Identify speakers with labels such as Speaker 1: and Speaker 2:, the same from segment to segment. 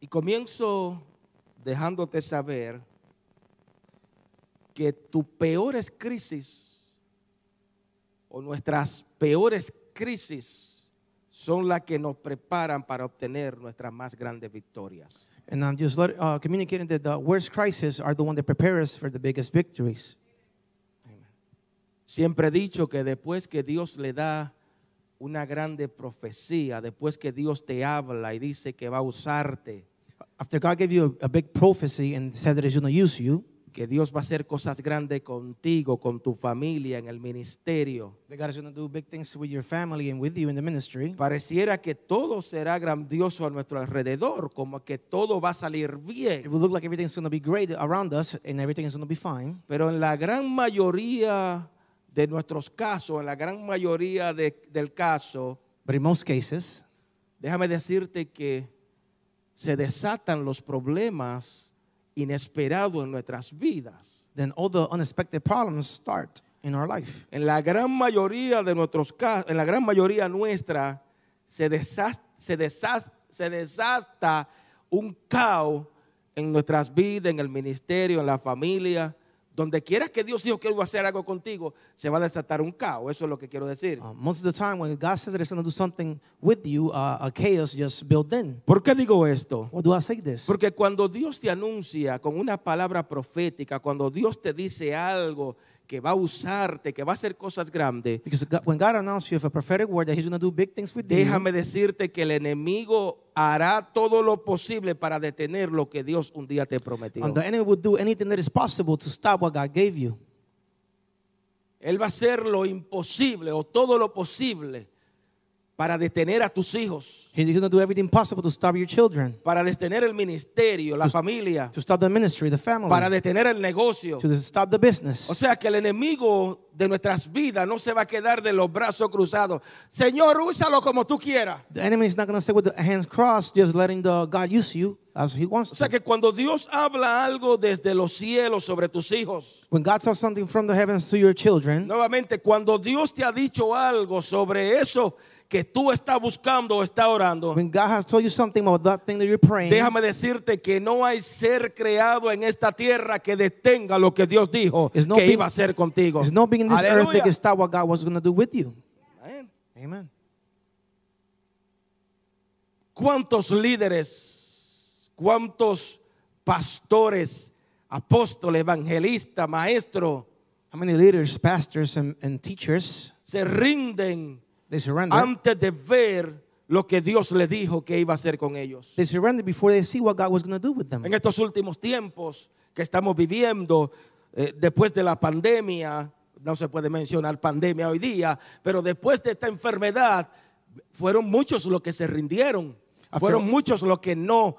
Speaker 1: Y comienzo dejándote saber que tus peores crisis o nuestras peores crisis son las que nos preparan para obtener nuestras más grandes victorias.
Speaker 2: And I'm just let, uh, communicating that the worst crises are the one that prepare us for the biggest victories.
Speaker 1: Siempre he dicho que después que Dios le da una grande profecía, después que Dios te habla y dice que va a usarte,
Speaker 2: After God gave you a, a big prophecy and said that He's going to use you,
Speaker 1: que Dios va a hacer cosas grandes contigo, con tu familia, en el ministerio.
Speaker 2: that God is going to do big things with your family and with you in the ministry.
Speaker 1: Pareciera que todo será grandioso a nuestro alrededor, como que todo va a salir
Speaker 2: It
Speaker 1: bien.
Speaker 2: will look like everything's going to be great around us and everything is going to be fine.
Speaker 1: Pero en la gran mayoría de nuestros casos, en la gran mayoría de- del caso,
Speaker 2: But in most cases,
Speaker 1: déjame decirte que se desatan los problemas inesperados en nuestras vidas.
Speaker 2: then all the unexpected problems start in our life.
Speaker 1: En la gran mayoría de nuestros casos, en la gran mayoría nuestra, se, desas- se, desas- se desasta un caos en nuestras vidas, en el ministerio, en la familia. Donde quiera que Dios dijo que iba a hacer algo contigo, se va a desatar un caos. Eso es lo que quiero decir.
Speaker 2: Uh, most of the time, when God says that He's going to do something with you, uh, a chaos just built in.
Speaker 1: ¿Por qué digo esto?
Speaker 2: Why do I say this?
Speaker 1: Porque cuando Dios te anuncia con una palabra profética, cuando Dios te dice algo que va a usarte, que va a hacer cosas grandes,
Speaker 2: Because God, when God announced you of a prophetic word that He's going to do big things with
Speaker 1: Déjame decirte que el enemigo hará todo lo posible para detener lo que Dios un día te
Speaker 2: you,
Speaker 1: prometió.
Speaker 2: um, the enemy will do anything that is possible to stop what God gave you.
Speaker 1: Él va a hacer lo imposible o todo lo posible para detener a tus hijos,
Speaker 2: He's going to do everything possible to stop your children,
Speaker 1: para detener el ministerio, la familia,
Speaker 2: to stop the ministry, the family,
Speaker 1: para detener el negocio.
Speaker 2: to stop the business.
Speaker 1: O sea que el enemigo de nuestras vidas no se va a quedar de los brazos cruzados. Señor, úsalo como tú quieras.
Speaker 2: the enemy is not going to sit with the hands crossed, just letting the God use you as He wants
Speaker 1: O sea
Speaker 2: to.
Speaker 1: que cuando Dios habla algo desde los cielos sobre tus hijos,
Speaker 2: When God tells something from the heavens to your children,
Speaker 1: Nuevamente, cuando Dios te ha dicho algo sobre eso que tú estás buscando o estás orando,
Speaker 2: when God has told you something about that thing that you're praying,
Speaker 1: déjame decirte que no hay ser creado en esta tierra que detenga lo que Dios dijo
Speaker 2: There's no
Speaker 1: que
Speaker 2: being-
Speaker 1: iba a hacer contigo.
Speaker 2: there's no being in this earth that
Speaker 1: Aleluya.
Speaker 2: can stop what God was going to do with you. Amen.
Speaker 1: ¿Cuántos líderes, cuántos pastores, apóstoles, evangelistas, maestros
Speaker 2: How many leaders, pastors, and, and teachers
Speaker 1: se rinden
Speaker 2: they surrender?
Speaker 1: antes de ver lo que Dios le dijo que iba a hacer con ellos?
Speaker 2: They surrender before they see what God was going to do with them.
Speaker 1: En estos últimos tiempos que estamos viviendo, eh, después de la pandemia, no se puede mencionar pandemia hoy día, pero después de esta enfermedad, fueron muchos los que se rindieron,
Speaker 2: After-
Speaker 1: fueron muchos los que no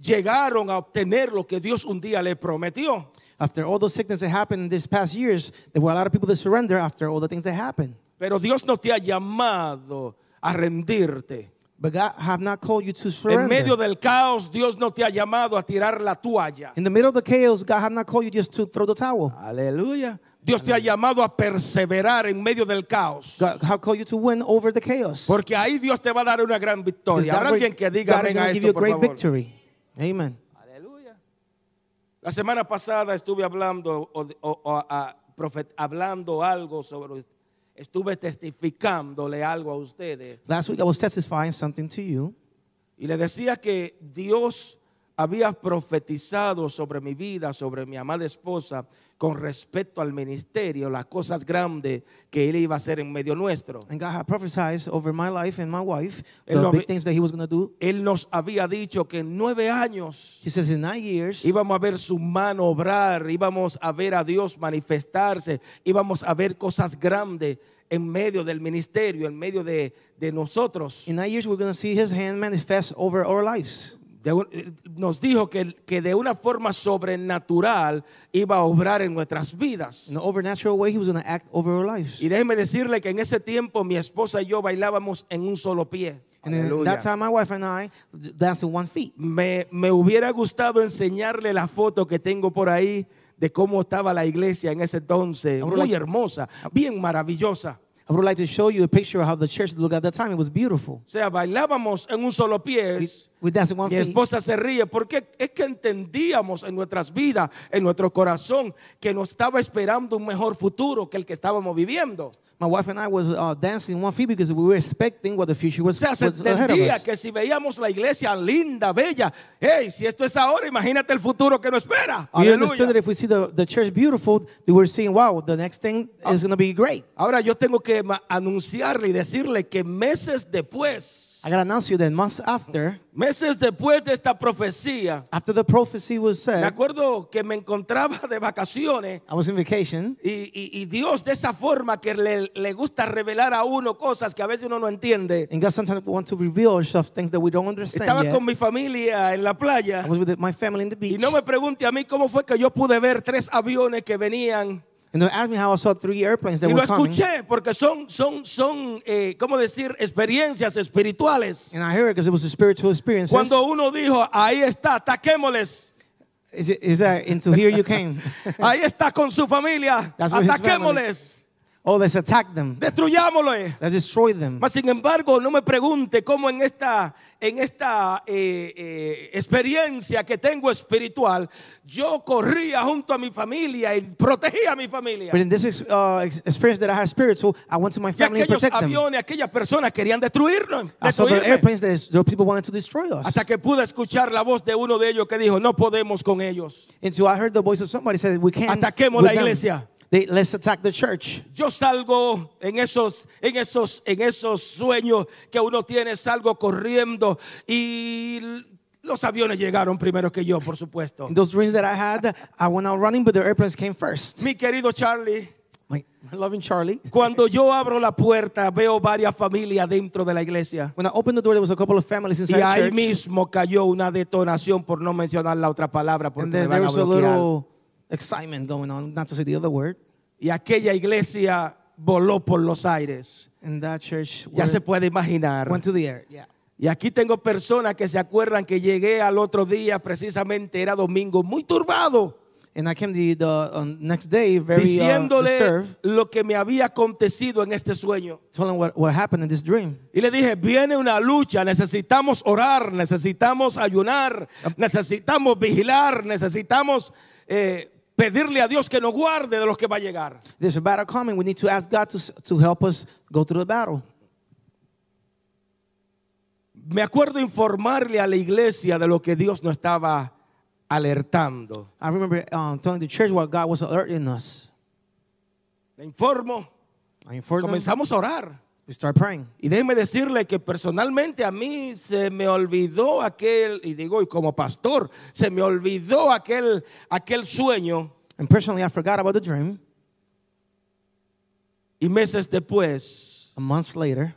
Speaker 1: llegaron a obtener lo que Dios un día le prometió.
Speaker 2: After all those sickness that happened in these past years, there were a lot of people that surrender after all the things that happened.
Speaker 1: Pero Dios no te ha llamado a rendirte.
Speaker 2: But God have not called you to
Speaker 1: En
Speaker 2: surrender.
Speaker 1: medio del caos, Dios no te ha llamado a tirar la toalla.
Speaker 2: in the middle of the chaos, God have not called you just to throw the towel.
Speaker 1: Aleluya. Dios te ha llamado a perseverar en medio del caos.
Speaker 2: God have called you to win over the chaos.
Speaker 1: Porque ahí Dios te va a dar una gran
Speaker 2: Because
Speaker 1: victoria.
Speaker 2: that
Speaker 1: Habrá
Speaker 2: way
Speaker 1: alguien que diga
Speaker 2: God is
Speaker 1: amén a
Speaker 2: gonna give you
Speaker 1: esto,
Speaker 2: a
Speaker 1: por
Speaker 2: great
Speaker 1: favor.
Speaker 2: victory. Amen.
Speaker 1: Aleluya. La semana pasada estuve hablando, o- o- o- a- profet- hablando algo sobre, estuve testificándole algo a ustedes.
Speaker 2: Last week I was testifying something to you.
Speaker 1: Y le decía que Dios había profetizado sobre mi vida, sobre mi amada esposa, con respecto al ministerio, las cosas grandes que Él iba a hacer en medio nuestro.
Speaker 2: And God had prophesied over my life and my wife
Speaker 1: El
Speaker 2: the
Speaker 1: hombre-
Speaker 2: big things that He was going to do.
Speaker 1: Él nos había dicho que en nueve años
Speaker 2: He says in nine years,
Speaker 1: Íbamos a ver su mano obrar, íbamos a ver a Dios manifestarse, íbamos a ver cosas grandes en medio del ministerio, en medio de, de nosotros.
Speaker 2: In nine years, we're going to see His hand manifest over our lives.
Speaker 1: De un- eh, nos dijo que, que de una forma sobrenatural iba a obrar en nuestras vidas.
Speaker 2: In an overnatural way, He was going to act over our lives.
Speaker 1: Y déjeme decirle que en ese tiempo mi esposa y yo bailábamos en un solo pie.
Speaker 2: And then
Speaker 1: Aleluya.
Speaker 2: that time, my wife and I danced with one feet.
Speaker 1: Me, me hubiera gustado enseñarle la foto que tengo por ahí de cómo estaba la iglesia en ese entonces.
Speaker 2: would
Speaker 1: Muy
Speaker 2: like-
Speaker 1: hermosa, bien maravillosa.
Speaker 2: I would like to show you a picture of how the church looked at that time. It was beautiful.
Speaker 1: O sea, bailábamos en un solo pie.
Speaker 2: We, we danced with one
Speaker 1: Mi
Speaker 2: feet.
Speaker 1: esposa se ríe porque es que entendíamos en nuestras vidas, en nuestro corazón, que nos estaba esperando un mejor futuro que el que estábamos viviendo.
Speaker 2: My wife and I was uh, dancing with one feet because we were expecting what the future
Speaker 1: O
Speaker 2: was,
Speaker 1: sea, se
Speaker 2: was ahead of
Speaker 1: entendía
Speaker 2: us.
Speaker 1: que si veíamos la iglesia linda, bella, hey, si esto es ahora, imagínate el futuro que nos espera.
Speaker 2: We
Speaker 1: Aleluya.
Speaker 2: understood that if we see the, the church beautiful, we were seeing, wow, the next thing
Speaker 1: Ah.
Speaker 2: is going to be great.
Speaker 1: Ahora yo tengo que ma- anunciarle y decirle que meses después,
Speaker 2: I got to announce you that months after,
Speaker 1: meses después de esta profecía,
Speaker 2: after the prophecy was
Speaker 1: me
Speaker 2: said,
Speaker 1: acuerdo que me encontraba de vacaciones
Speaker 2: I was on vacation.
Speaker 1: Y, y- y Dios de esa forma que le, le gusta revelar a uno cosas que a veces uno no entiende.
Speaker 2: And God sometimes want to reveal ourselves things that we don't
Speaker 1: Estaba
Speaker 2: understand
Speaker 1: con
Speaker 2: yet.
Speaker 1: mi familia en la playa
Speaker 2: eh. I was with my family in the
Speaker 1: y
Speaker 2: beach.
Speaker 1: no me pregunte a mí cómo fue que yo pude ver tres aviones que venían.
Speaker 2: And they asked me how I saw three airplanes that
Speaker 1: Y lo
Speaker 2: were coming.
Speaker 1: escuché porque son, son, son, eh, ¿cómo decir? Experiencias espirituales.
Speaker 2: And I heard it because it was a spiritual experience.
Speaker 1: Cuando uno dijo, ahí está, ataquémosles.
Speaker 2: Is, it, is that into here you came?
Speaker 1: Ahí está con su familia.
Speaker 2: Eh. That's what his
Speaker 1: Ataquémosles.
Speaker 2: oh, let's attack them.
Speaker 1: Destruyámosles.
Speaker 2: Let's destroy them.
Speaker 1: Mas sin embargo, no me pregunte cómo en esta, en esta eh, eh, experiencia que tengo espiritual, yo corría junto a mi familia y protegía a mi familia.
Speaker 2: But in this ex- uh, ex- experience that I had spiritual, I went to my
Speaker 1: Y
Speaker 2: family and
Speaker 1: aquellos
Speaker 2: protect them.
Speaker 1: aviones, aquellas personas querían destruirnos.
Speaker 2: I saw the
Speaker 1: destruirme.
Speaker 2: airplanes that the people wanted to destroy us.
Speaker 1: Hasta que pude escuchar la voz de uno de ellos que dijo, no podemos con ellos.
Speaker 2: And so I heard the voice of somebody said, "We can't."
Speaker 1: Ataquemos
Speaker 2: with
Speaker 1: la
Speaker 2: them.
Speaker 1: iglesia.
Speaker 2: They, let's attack the church.
Speaker 1: Yo salgo en esos, en esos, en esos sueños que uno tiene, salgo corriendo y l- los aviones llegaron primero que yo, por supuesto.
Speaker 2: In those dreams that I had, I went out running, but the airplanes came first.
Speaker 1: Mi querido Charlie,
Speaker 2: My, my loving Charlie.
Speaker 1: cuando yo abro la puerta veo varias familias dentro de la iglesia.
Speaker 2: When I opened the door, there was a couple of families
Speaker 1: Y
Speaker 2: inside the
Speaker 1: ahí
Speaker 2: church,
Speaker 1: mismo cayó una detonación por no mencionar la otra palabra porque
Speaker 2: and
Speaker 1: me
Speaker 2: then there
Speaker 1: van a
Speaker 2: was a
Speaker 1: bloquear.
Speaker 2: little excitement going on, not to say the other word.
Speaker 1: Y aquella iglesia voló por los aires.
Speaker 2: And that church
Speaker 1: Ya
Speaker 2: were-
Speaker 1: se puede imaginar.
Speaker 2: went to the air. Yeah.
Speaker 1: Y aquí tengo personas que se acuerdan que llegué al otro día, precisamente era domingo, muy turbado,
Speaker 2: And I came the, the um, next day very uh,
Speaker 1: diciéndole
Speaker 2: disturbed,
Speaker 1: lo que me había acontecido en este sueño.
Speaker 2: telling what, what happened in this dream.
Speaker 1: Y le dije, viene una lucha, necesitamos orar, necesitamos ayunar, necesitamos vigilar, necesitamos eh, pedirle a Dios que nos guarde de los que va a llegar.
Speaker 2: There's a battle coming. We need to ask God to, s- to help us go through the battle.
Speaker 1: Me acuerdo informarle a la iglesia de lo que Dios nos estaba alertando.
Speaker 2: I remember um, telling the church what God was alerting us.
Speaker 1: Le informo,
Speaker 2: I informed them.
Speaker 1: comenzamos a orar.
Speaker 2: We start praying.
Speaker 1: Y déjeme decirle que personalmente a mí se me olvidó aquel, y digo, y como pastor, se me olvidó aquel, aquel sueño.
Speaker 2: And personally, I forgot about the dream.
Speaker 1: Y meses después,
Speaker 2: A month later,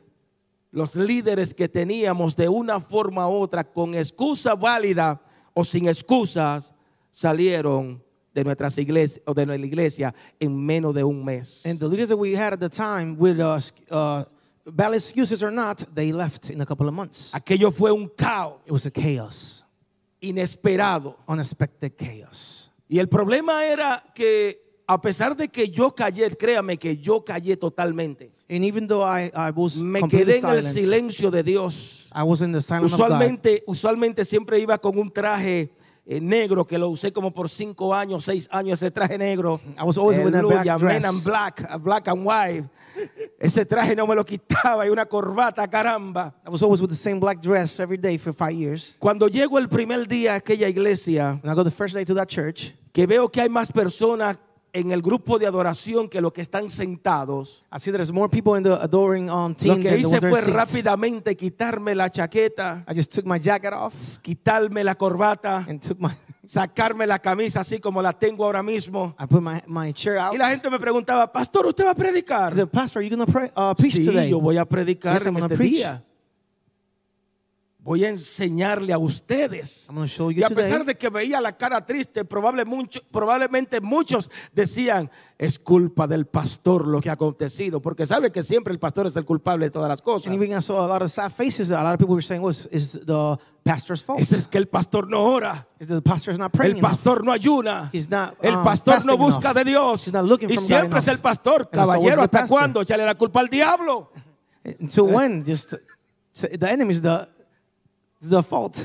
Speaker 1: los líderes que teníamos de una forma u otra, con excusa válida o sin excusas, salieron de nuestras iglesias o de la iglesia en menos de un mes.
Speaker 2: and the leaders that we had at the time, with uh, s- uh, valid excuses or not, they left in a couple of months.
Speaker 1: Aquello fue un caos
Speaker 2: It was a chaos,
Speaker 1: inesperado.
Speaker 2: unexpected chaos.
Speaker 1: Y el problema era que a pesar de que yo callé, créame que yo callé totalmente.
Speaker 2: And even though I, I was
Speaker 1: Me
Speaker 2: completely
Speaker 1: quedé en el
Speaker 2: silent,
Speaker 1: silencio de Dios.
Speaker 2: I was in the silence of God.
Speaker 1: Usualmente, usualmente siempre iba con un traje eh, negro que lo usé como por cinco años, seis años, ese traje negro.
Speaker 2: I was always with that black
Speaker 1: Aleluya,
Speaker 2: dress.
Speaker 1: men and black, uh, black and white. Ese traje no me lo quitaba y una corbata, caramba.
Speaker 2: I was always with the same black dress every day for five years.
Speaker 1: Cuando llego el primer día a aquella iglesia,
Speaker 2: When I go the first day to that church,
Speaker 1: que veo que hay más personas en el grupo de adoración que los que están sentados,
Speaker 2: I see there's more people in the adoring um, team
Speaker 1: Lo que
Speaker 2: than the
Speaker 1: hice
Speaker 2: ones
Speaker 1: fue
Speaker 2: that are seated.
Speaker 1: rápidamente quitarme la chaqueta,
Speaker 2: I just took my jacket off
Speaker 1: quitarme la corbata
Speaker 2: and took my
Speaker 1: sacarme la camisa así como la tengo ahora mismo.
Speaker 2: I put my, my chair out.
Speaker 1: Y la gente me preguntaba, pastor, ¿usted va a
Speaker 2: I
Speaker 1: predicar?
Speaker 2: said, Pastor, are you going to pray, uh, preach
Speaker 1: sí,
Speaker 2: today?
Speaker 1: yo voy a predicar
Speaker 2: Yes, I'm
Speaker 1: en
Speaker 2: gonna
Speaker 1: este
Speaker 2: preach.
Speaker 1: día. Voy a enseñarle a ustedes.
Speaker 2: I'm going to show
Speaker 1: Y
Speaker 2: you
Speaker 1: a
Speaker 2: today.
Speaker 1: pesar de que veía la cara triste, probable mucho- probablemente muchos decían, es culpa del pastor lo que ha acontecido, porque sabe que siempre el pastor es el culpable de todas las cosas.
Speaker 2: and even I saw a lot of sad faces. A lot of people were saying, well, it's, it's the pastor's fault.
Speaker 1: Ese es que el pastor no ora.
Speaker 2: It's the pastor's not praying
Speaker 1: El
Speaker 2: enough.
Speaker 1: pastor no ayuna.
Speaker 2: He's not,
Speaker 1: el
Speaker 2: um,
Speaker 1: pastor no
Speaker 2: fasting
Speaker 1: busca
Speaker 2: enough.
Speaker 1: de Dios.
Speaker 2: He's not looking
Speaker 1: Y
Speaker 2: from God
Speaker 1: siempre es
Speaker 2: enough.
Speaker 1: el pastor.
Speaker 2: And it's always
Speaker 1: Caballero,
Speaker 2: the
Speaker 1: ¿hasta
Speaker 2: pastor.
Speaker 1: cuándo? Echale la culpa al diablo.
Speaker 2: Until Uh,
Speaker 1: Uh,
Speaker 2: when? Just so the enemy's the the fault.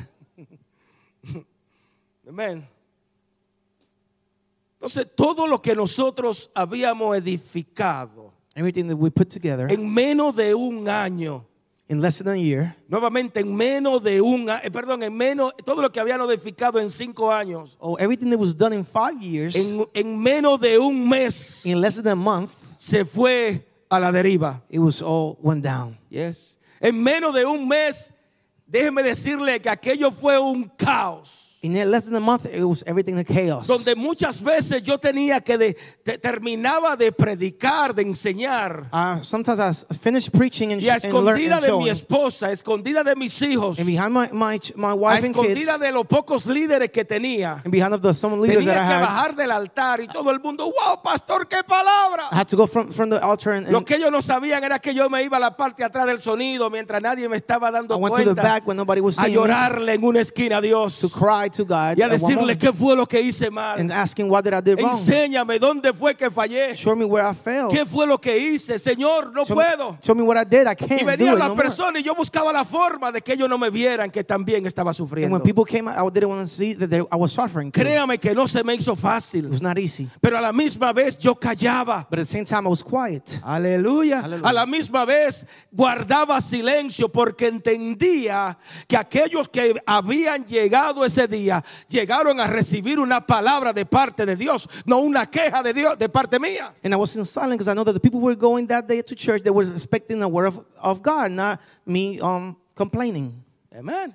Speaker 1: Amén. Entonces, todo lo que nosotros habíamos edificado
Speaker 2: Everything that we put together
Speaker 1: en menos de un año,
Speaker 2: in less than a year,
Speaker 1: nuevamente en menos de un año, perdón, en menos, todo lo que habían edificado en cinco años,
Speaker 2: oh, everything that was done in five years, in,
Speaker 1: en, en menos de un mes,
Speaker 2: less than a month,
Speaker 1: se fue a la deriva.
Speaker 2: it was all went down.
Speaker 1: Yes. En menos de un mes, déjeme decirle que aquello fue un caos.
Speaker 2: In less than a month, it was everything in chaos.
Speaker 1: Donde muchas veces yo tenía que de- te- terminaba de predicar, de enseñar.
Speaker 2: Uh, sometimes I s- finished preaching and,
Speaker 1: Y a
Speaker 2: sh- and learning
Speaker 1: escondida
Speaker 2: and
Speaker 1: de mi
Speaker 2: showing,
Speaker 1: esposa, a escondida de mis hijos,
Speaker 2: and behind my my, ch- my
Speaker 1: a
Speaker 2: wife and kids,
Speaker 1: escondida de los pocos líderes que tenía,
Speaker 2: and behind of the some leaders
Speaker 1: tenía
Speaker 2: that I
Speaker 1: que
Speaker 2: had,
Speaker 1: bajar del altar y todo el mundo, wow, pastor, qué
Speaker 2: I
Speaker 1: palabra.
Speaker 2: had to go from from the altar and,
Speaker 1: Lo
Speaker 2: and
Speaker 1: que ellos no sabían era que yo me iba a la parte de atrás del sonido mientras nadie me estaba
Speaker 2: I
Speaker 1: dando
Speaker 2: went to the
Speaker 1: cuenta
Speaker 2: back when nobody was
Speaker 1: a
Speaker 2: seeing me
Speaker 1: llorarle en una esquina a Dios
Speaker 2: to cry to God
Speaker 1: y a
Speaker 2: at one
Speaker 1: decirle
Speaker 2: moment
Speaker 1: qué fue lo que hice
Speaker 2: and
Speaker 1: mal.
Speaker 2: asking what did I do wrong.
Speaker 1: Enséñame dónde fue que fallé,
Speaker 2: Show me where I failed.
Speaker 1: qué fue lo que hice, Señor, no
Speaker 2: Show
Speaker 1: puedo.
Speaker 2: Me, show me what I did. I
Speaker 1: Y
Speaker 2: can't do
Speaker 1: venían
Speaker 2: it
Speaker 1: las
Speaker 2: no more.
Speaker 1: personas y yo buscaba la forma de que ellos no me vieran que también estaba
Speaker 2: And when
Speaker 1: sufriendo.
Speaker 2: people came, I didn't want to see that they, I was suffering. too. It
Speaker 1: Créame que no se me hizo fácil,
Speaker 2: was not easy.
Speaker 1: pero a la misma vez yo callaba.
Speaker 2: But at the same time, I was quiet.
Speaker 1: Aleluya.
Speaker 2: Aleluya.
Speaker 1: A la misma vez guardaba silencio porque entendía que aquellos que habían llegado ese día llegaron a recibir una palabra de parte de Dios, no una queja de Dios de parte mía.
Speaker 2: And I was in silence because I know that the people were going that day to church. They were expecting the word of, of God, not me um, complaining.
Speaker 1: Amén.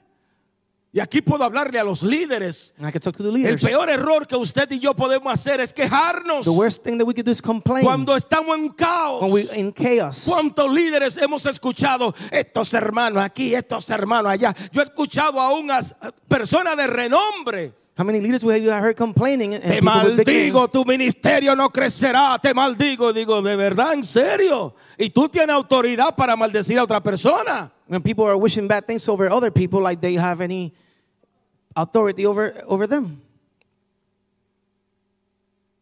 Speaker 1: Y aquí puedo hablarle a los líderes.
Speaker 2: And I could talk to the
Speaker 1: El
Speaker 2: leaders.
Speaker 1: peor error que usted y yo podemos hacer es quejarnos
Speaker 2: The worst thing that we could do is complain
Speaker 1: cuando estamos en caos.
Speaker 2: when we're in chaos.
Speaker 1: ¿Cuántos líderes hemos escuchado? Estos hermanos aquí, estos hermanos allá. Yo he escuchado a una persona de renombre.
Speaker 2: How many leaders we have you heard complaining? And
Speaker 1: Te
Speaker 2: people with big
Speaker 1: maldigo,
Speaker 2: names?
Speaker 1: tu ministerio no crecerá. Te maldigo. Digo, ¿de verdad? ¿En serio? Y tú tienes autoridad para maldecir a otra persona.
Speaker 2: When people are wishing bad things over other people, like they have any authority over, over them.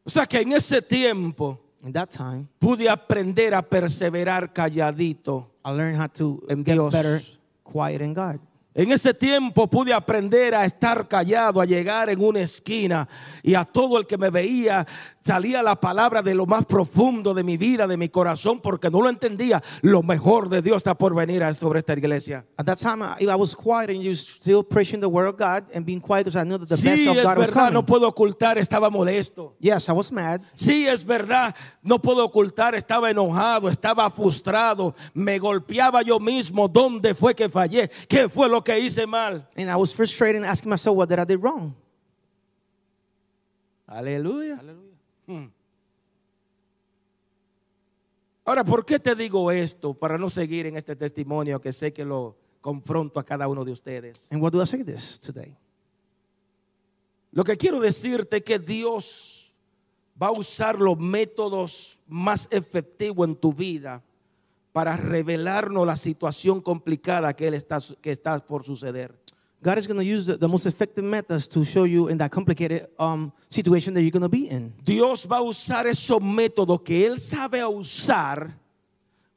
Speaker 1: O sea que en ese tiempo
Speaker 2: In that time,
Speaker 1: pude aprender a perseverar calladito.
Speaker 2: I learned how to
Speaker 1: En
Speaker 2: get
Speaker 1: Dios.
Speaker 2: better, quiet in God.
Speaker 1: En ese tiempo pude aprender a estar callado, a llegar en una esquina y a todo el que me veía salía la palabra de lo más profundo de mi vida, de mi corazón, porque no lo entendía. Lo mejor de Dios está por venir a- sobre esta iglesia.
Speaker 2: At that time, I, I was quiet and you still preaching the word of God and being quiet because I knew that the
Speaker 1: Sí,
Speaker 2: best of
Speaker 1: es
Speaker 2: God was
Speaker 1: verdad,
Speaker 2: coming.
Speaker 1: no puedo ocultar, estaba molesto.
Speaker 2: yes, I was mad.
Speaker 1: Sí, es verdad, no puedo ocultar, estaba enojado, estaba frustrado, me golpeaba yo mismo, ¿dónde fue que fallé? ¿Qué fue lo que hice mal?
Speaker 2: And I was frustrated and asking myself, what did I do wrong?
Speaker 1: Aleluya. Hmm. Ahora, ¿por qué te digo esto? Para no seguir en este testimonio que sé que lo confronto a cada uno de ustedes.
Speaker 2: And what do I say this today?
Speaker 1: Lo que quiero decirte es que Dios va a usar los métodos más efectivos en tu vida para revelarnos la situación complicada que, él está, que está por suceder.
Speaker 2: God is going to use the, the most effective methods to show you in that complicated um, situation that you're going to be in.
Speaker 1: Dios va a usar esos métodos que Él sabe usar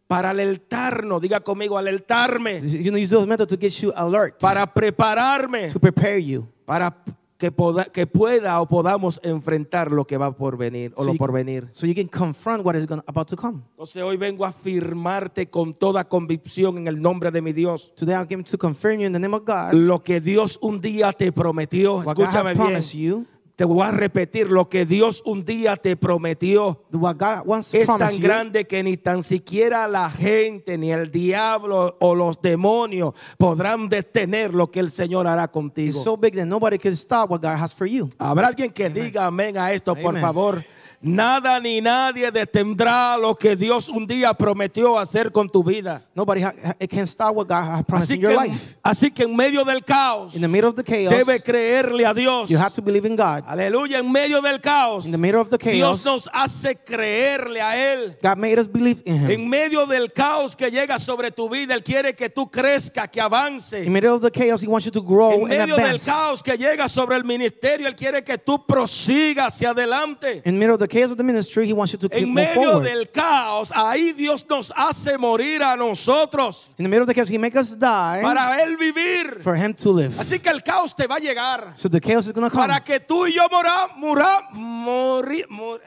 Speaker 1: para alertarnos, diga conmigo, alertarme,
Speaker 2: You're going to use those methods to get you alert,
Speaker 1: para prepararme,
Speaker 2: to prepare you,
Speaker 1: para que, poda- que pueda o podamos enfrentar lo que va por venir o
Speaker 2: So
Speaker 1: lo
Speaker 2: you-
Speaker 1: por venir.
Speaker 2: so you can confront what is gonna, about to come.
Speaker 1: Entonces hoy vengo a afirmarte con toda convicción en el nombre de mi Dios.
Speaker 2: Today I'm going to confirm you in the name of God
Speaker 1: Lo que Dios un día te prometió,
Speaker 2: what God
Speaker 1: escúchame
Speaker 2: has promised
Speaker 1: bien.
Speaker 2: you.
Speaker 1: Te voy a repetir lo que Dios un día te prometió.
Speaker 2: What God wants to
Speaker 1: Es
Speaker 2: promise
Speaker 1: tan
Speaker 2: you
Speaker 1: grande que ni tan siquiera la gente, ni el diablo o los demonios podrán detener lo que el Señor hará contigo.
Speaker 2: is so big that nobody can stop what God has for you.
Speaker 1: Habrá alguien que diga amén a esto, por
Speaker 2: Amen.
Speaker 1: favor. Nada ni nadie detendrá lo que Dios un día prometió hacer con tu vida.
Speaker 2: Nobody ha- ha- it can stop what God has promised
Speaker 1: Así
Speaker 2: in your
Speaker 1: que,
Speaker 2: life.
Speaker 1: así que en medio del caos,
Speaker 2: In the middle of the chaos,
Speaker 1: debe creerle a Dios.
Speaker 2: you have to believe in God.
Speaker 1: Aleluya, en medio del caos,
Speaker 2: In the middle of the
Speaker 1: Dios
Speaker 2: chaos,
Speaker 1: nos hace creerle a Él.
Speaker 2: God made us believe in Him.
Speaker 1: En medio del caos que llega sobre tu vida, Él quiere que tú crezcas, que
Speaker 2: In the
Speaker 1: avance.
Speaker 2: middle of the chaos, He wants you to grow
Speaker 1: En
Speaker 2: and
Speaker 1: medio del
Speaker 2: advance.
Speaker 1: caos que llega sobre el ministerio, Él quiere que tú prosigas hacia adelante.
Speaker 2: In the middle of the chaos of the ministry, He wants you to keep
Speaker 1: En
Speaker 2: move
Speaker 1: medio
Speaker 2: forward.
Speaker 1: del caos, ahí Dios nos hace morir a nosotros
Speaker 2: In the middle of the chaos, He makes us die
Speaker 1: para Él vivir.
Speaker 2: for Him to live.
Speaker 1: Así que el caos te va a llegar
Speaker 2: so the chaos is going to come
Speaker 1: para que tú y yo mora, mora- mori- mor-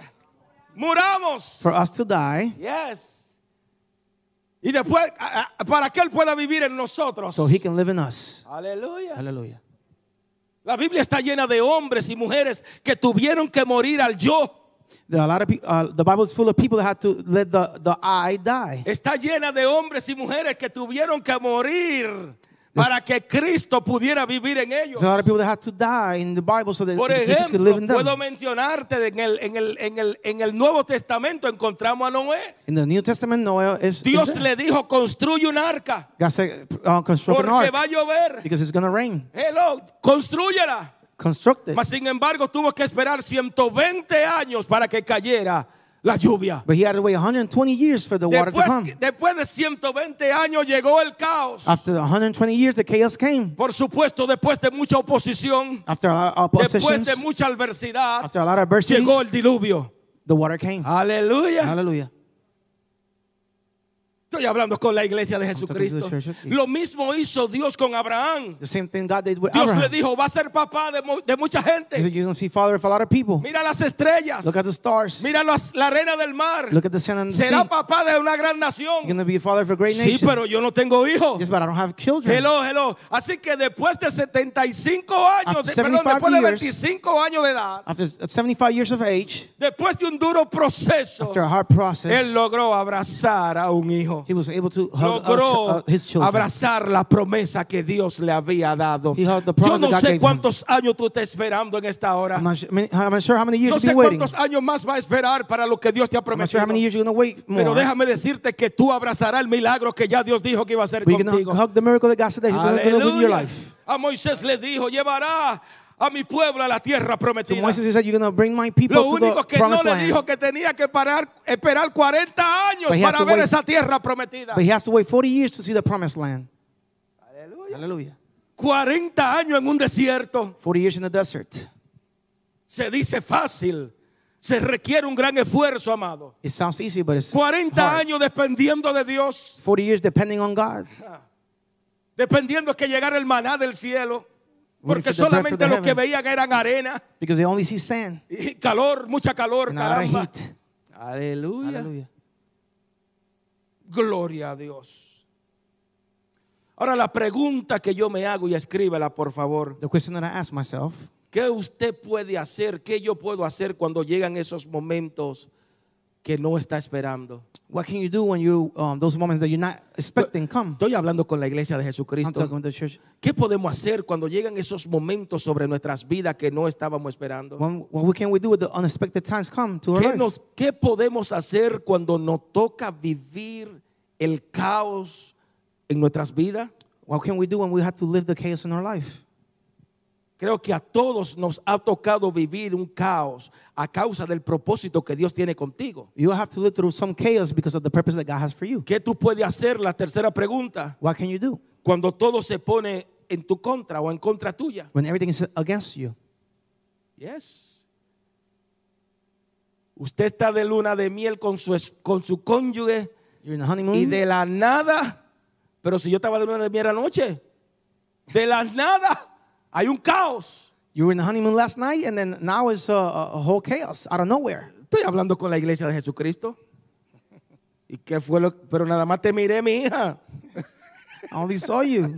Speaker 1: muramos.
Speaker 2: for us to die
Speaker 1: Yes. Y después, a- a- para que Él pueda vivir en nosotros.
Speaker 2: so He can live in us.
Speaker 1: Aleluya.
Speaker 2: Hallelujah.
Speaker 1: La Biblia está llena de hombres y mujeres que tuvieron que morir al yo.
Speaker 2: There are a lot of people, uh, the Bible is full of people that had to let the, the I die.
Speaker 1: Está llena de hombres y mujeres que tuvieron que morir para que Cristo pudiera vivir en ellos.
Speaker 2: There's a lot of people that had to die in the Bible so that
Speaker 1: Por
Speaker 2: Jesus could live in
Speaker 1: ejemplo,
Speaker 2: them.
Speaker 1: puedo mencionarte de en el, en, el, en, el, en el Nuevo Testamento encontramos a Noé.
Speaker 2: In the New Testament, Noah is, is
Speaker 1: Dios
Speaker 2: there.
Speaker 1: le dijo, construye un arca
Speaker 2: God said, uh, construct an
Speaker 1: porque
Speaker 2: ark
Speaker 1: va a llover.
Speaker 2: because it's going to rain.
Speaker 1: Hello, construyela.
Speaker 2: Construct it.
Speaker 1: Mas sin embargo tuvo que esperar 120 años para que cayera la lluvia.
Speaker 2: But he had to wait 120 years for the water to
Speaker 1: Después,
Speaker 2: come.
Speaker 1: después de 120 años llegó el caos.
Speaker 2: After 120 years, the chaos came.
Speaker 1: Por supuesto, después de mucha oposición,
Speaker 2: After a lot of
Speaker 1: después
Speaker 2: oppositions,
Speaker 1: de mucha adversidad,
Speaker 2: after a lot of adversities,
Speaker 1: llegó el Ah. diluvio.
Speaker 2: the water came.
Speaker 1: Aleluya.
Speaker 2: Hallelujah.
Speaker 1: Estoy hablando con la iglesia de
Speaker 2: talking to
Speaker 1: Jesucristo.
Speaker 2: the church of Jesus.
Speaker 1: Lo mismo hizo Dios con Abraham.
Speaker 2: The same thing God did with
Speaker 1: Dios le
Speaker 2: Abraham.
Speaker 1: dijo, va a ser papá de, mu- de mucha
Speaker 2: He said,
Speaker 1: gente.
Speaker 2: You're going to see father of a lot of people.
Speaker 1: Mira las estrellas.
Speaker 2: Look at the stars.
Speaker 1: Mira las- la arena del mar.
Speaker 2: Look at the sand and the sea.
Speaker 1: Será
Speaker 2: You're
Speaker 1: papá de una gran nación.
Speaker 2: going to be a father of a great
Speaker 1: Sí,
Speaker 2: nation.
Speaker 1: pero yo no tengo hijos.
Speaker 2: Yes, but I don't have children.
Speaker 1: Hello, hello. Así que después de 75 años, de-
Speaker 2: After
Speaker 1: perdón, después de
Speaker 2: 75 years,
Speaker 1: 25 años de edad,
Speaker 2: After 75 years of age,
Speaker 1: después de un duro proceso,
Speaker 2: after a hard process,
Speaker 1: él logró abrazar a un hijo.
Speaker 2: he was able to hug uh,
Speaker 1: logró
Speaker 2: ch- uh, his children.
Speaker 1: abrazar la promesa que Dios le había dado.
Speaker 2: He had
Speaker 1: Yo
Speaker 2: the promise
Speaker 1: no
Speaker 2: that God gave
Speaker 1: sé
Speaker 2: him.
Speaker 1: cuántos años tú estás esperando en esta hora.
Speaker 2: I'm not, sure, many- I'm not sure how many years
Speaker 1: No
Speaker 2: you've been
Speaker 1: sé
Speaker 2: waiting.
Speaker 1: cuántos años más va a esperar para lo que Dios te ha
Speaker 2: I'm not sure
Speaker 1: prometido.
Speaker 2: how many years you're going to wait more.
Speaker 1: Pero déjame decirte que tú abrazarás el milagro que ya Dios dijo que iba a hacer
Speaker 2: But you're going to
Speaker 1: contigo.
Speaker 2: hug the miracle that God said that He's going to do in
Speaker 1: Aleluya.
Speaker 2: your life.
Speaker 1: A Moisés le dijo, llevará a mi pueblo a la tierra
Speaker 2: To
Speaker 1: prometida.
Speaker 2: Moises, He said, You're going to bring my people
Speaker 1: Lo
Speaker 2: to the
Speaker 1: único que no
Speaker 2: promised
Speaker 1: le
Speaker 2: land.
Speaker 1: dijo que tenía que parar, esperar 40 años
Speaker 2: But he has
Speaker 1: para
Speaker 2: to
Speaker 1: ver
Speaker 2: wait.
Speaker 1: esa tierra prometida.
Speaker 2: But he has to wait 40 years to see the promised land. Hallelujah.
Speaker 1: 40 años en un desierto.
Speaker 2: 40 years in the desert.
Speaker 1: Se dice fácil. Se requiere un gran esfuerzo, amado.
Speaker 2: It sounds easy, but it's
Speaker 1: 40
Speaker 2: hard.
Speaker 1: años dependiendo de Dios,
Speaker 2: 40 years depending on God.
Speaker 1: dependiendo que llegara el maná del cielo,
Speaker 2: Waiting
Speaker 1: porque
Speaker 2: for the breath of
Speaker 1: solamente
Speaker 2: the
Speaker 1: lo que
Speaker 2: heavens.
Speaker 1: veían eran arena
Speaker 2: Because they only see sand
Speaker 1: y calor, mucha calor,
Speaker 2: and a lot of
Speaker 1: caramba.
Speaker 2: heat.
Speaker 1: Aleluya.
Speaker 2: Hallelujah.
Speaker 1: Gloria a Dios. Ahora la pregunta que yo me hago y escríbela, por favor.
Speaker 2: The question that I ask myself
Speaker 1: ¿Qué usted puede hacer? ¿Qué yo puedo hacer cuando llegan esos momentos que no está esperando?
Speaker 2: what can you do when you, um, those moments that you're not expecting come?
Speaker 1: Estoy hablando con la iglesia de
Speaker 2: I'm talking
Speaker 1: Jesucristo.
Speaker 2: with the church.
Speaker 1: ¿Qué podemos hacer cuando llegan esos momentos sobre nuestras vidas que no estábamos esperando?
Speaker 2: When, what can we do with the unexpected times come to our
Speaker 1: ¿Qué,
Speaker 2: life?
Speaker 1: nos- qué podemos hacer cuando nos toca vivir el caos en nuestras vidas?
Speaker 2: What can we do when we have to live the chaos in our life?
Speaker 1: Creo que a todos nos ha tocado vivir un caos a causa del propósito que Dios tiene contigo.
Speaker 2: You have to live through some chaos because of the purpose that God has for you.
Speaker 1: ¿Qué tú puedes hacer? La tercera pregunta.
Speaker 2: What can you do
Speaker 1: Cuando todo se pone en tu contra o en contra tuya.
Speaker 2: when everything is against you?
Speaker 1: Yes. Usted está de luna de miel con su, es- con su cónyuge
Speaker 2: You're in a
Speaker 1: y
Speaker 2: honeymoon.
Speaker 1: de la nada. Pero si yo estaba de luna de miel anoche, de la nada hay un caos.
Speaker 2: You were in the honeymoon last night, and then now it's a, a a whole chaos out of nowhere.
Speaker 1: Estoy hablando con la iglesia de Jesucristo. ¿Y qué fue lo? Pero nada más te miré, mi hija.
Speaker 2: I only saw you.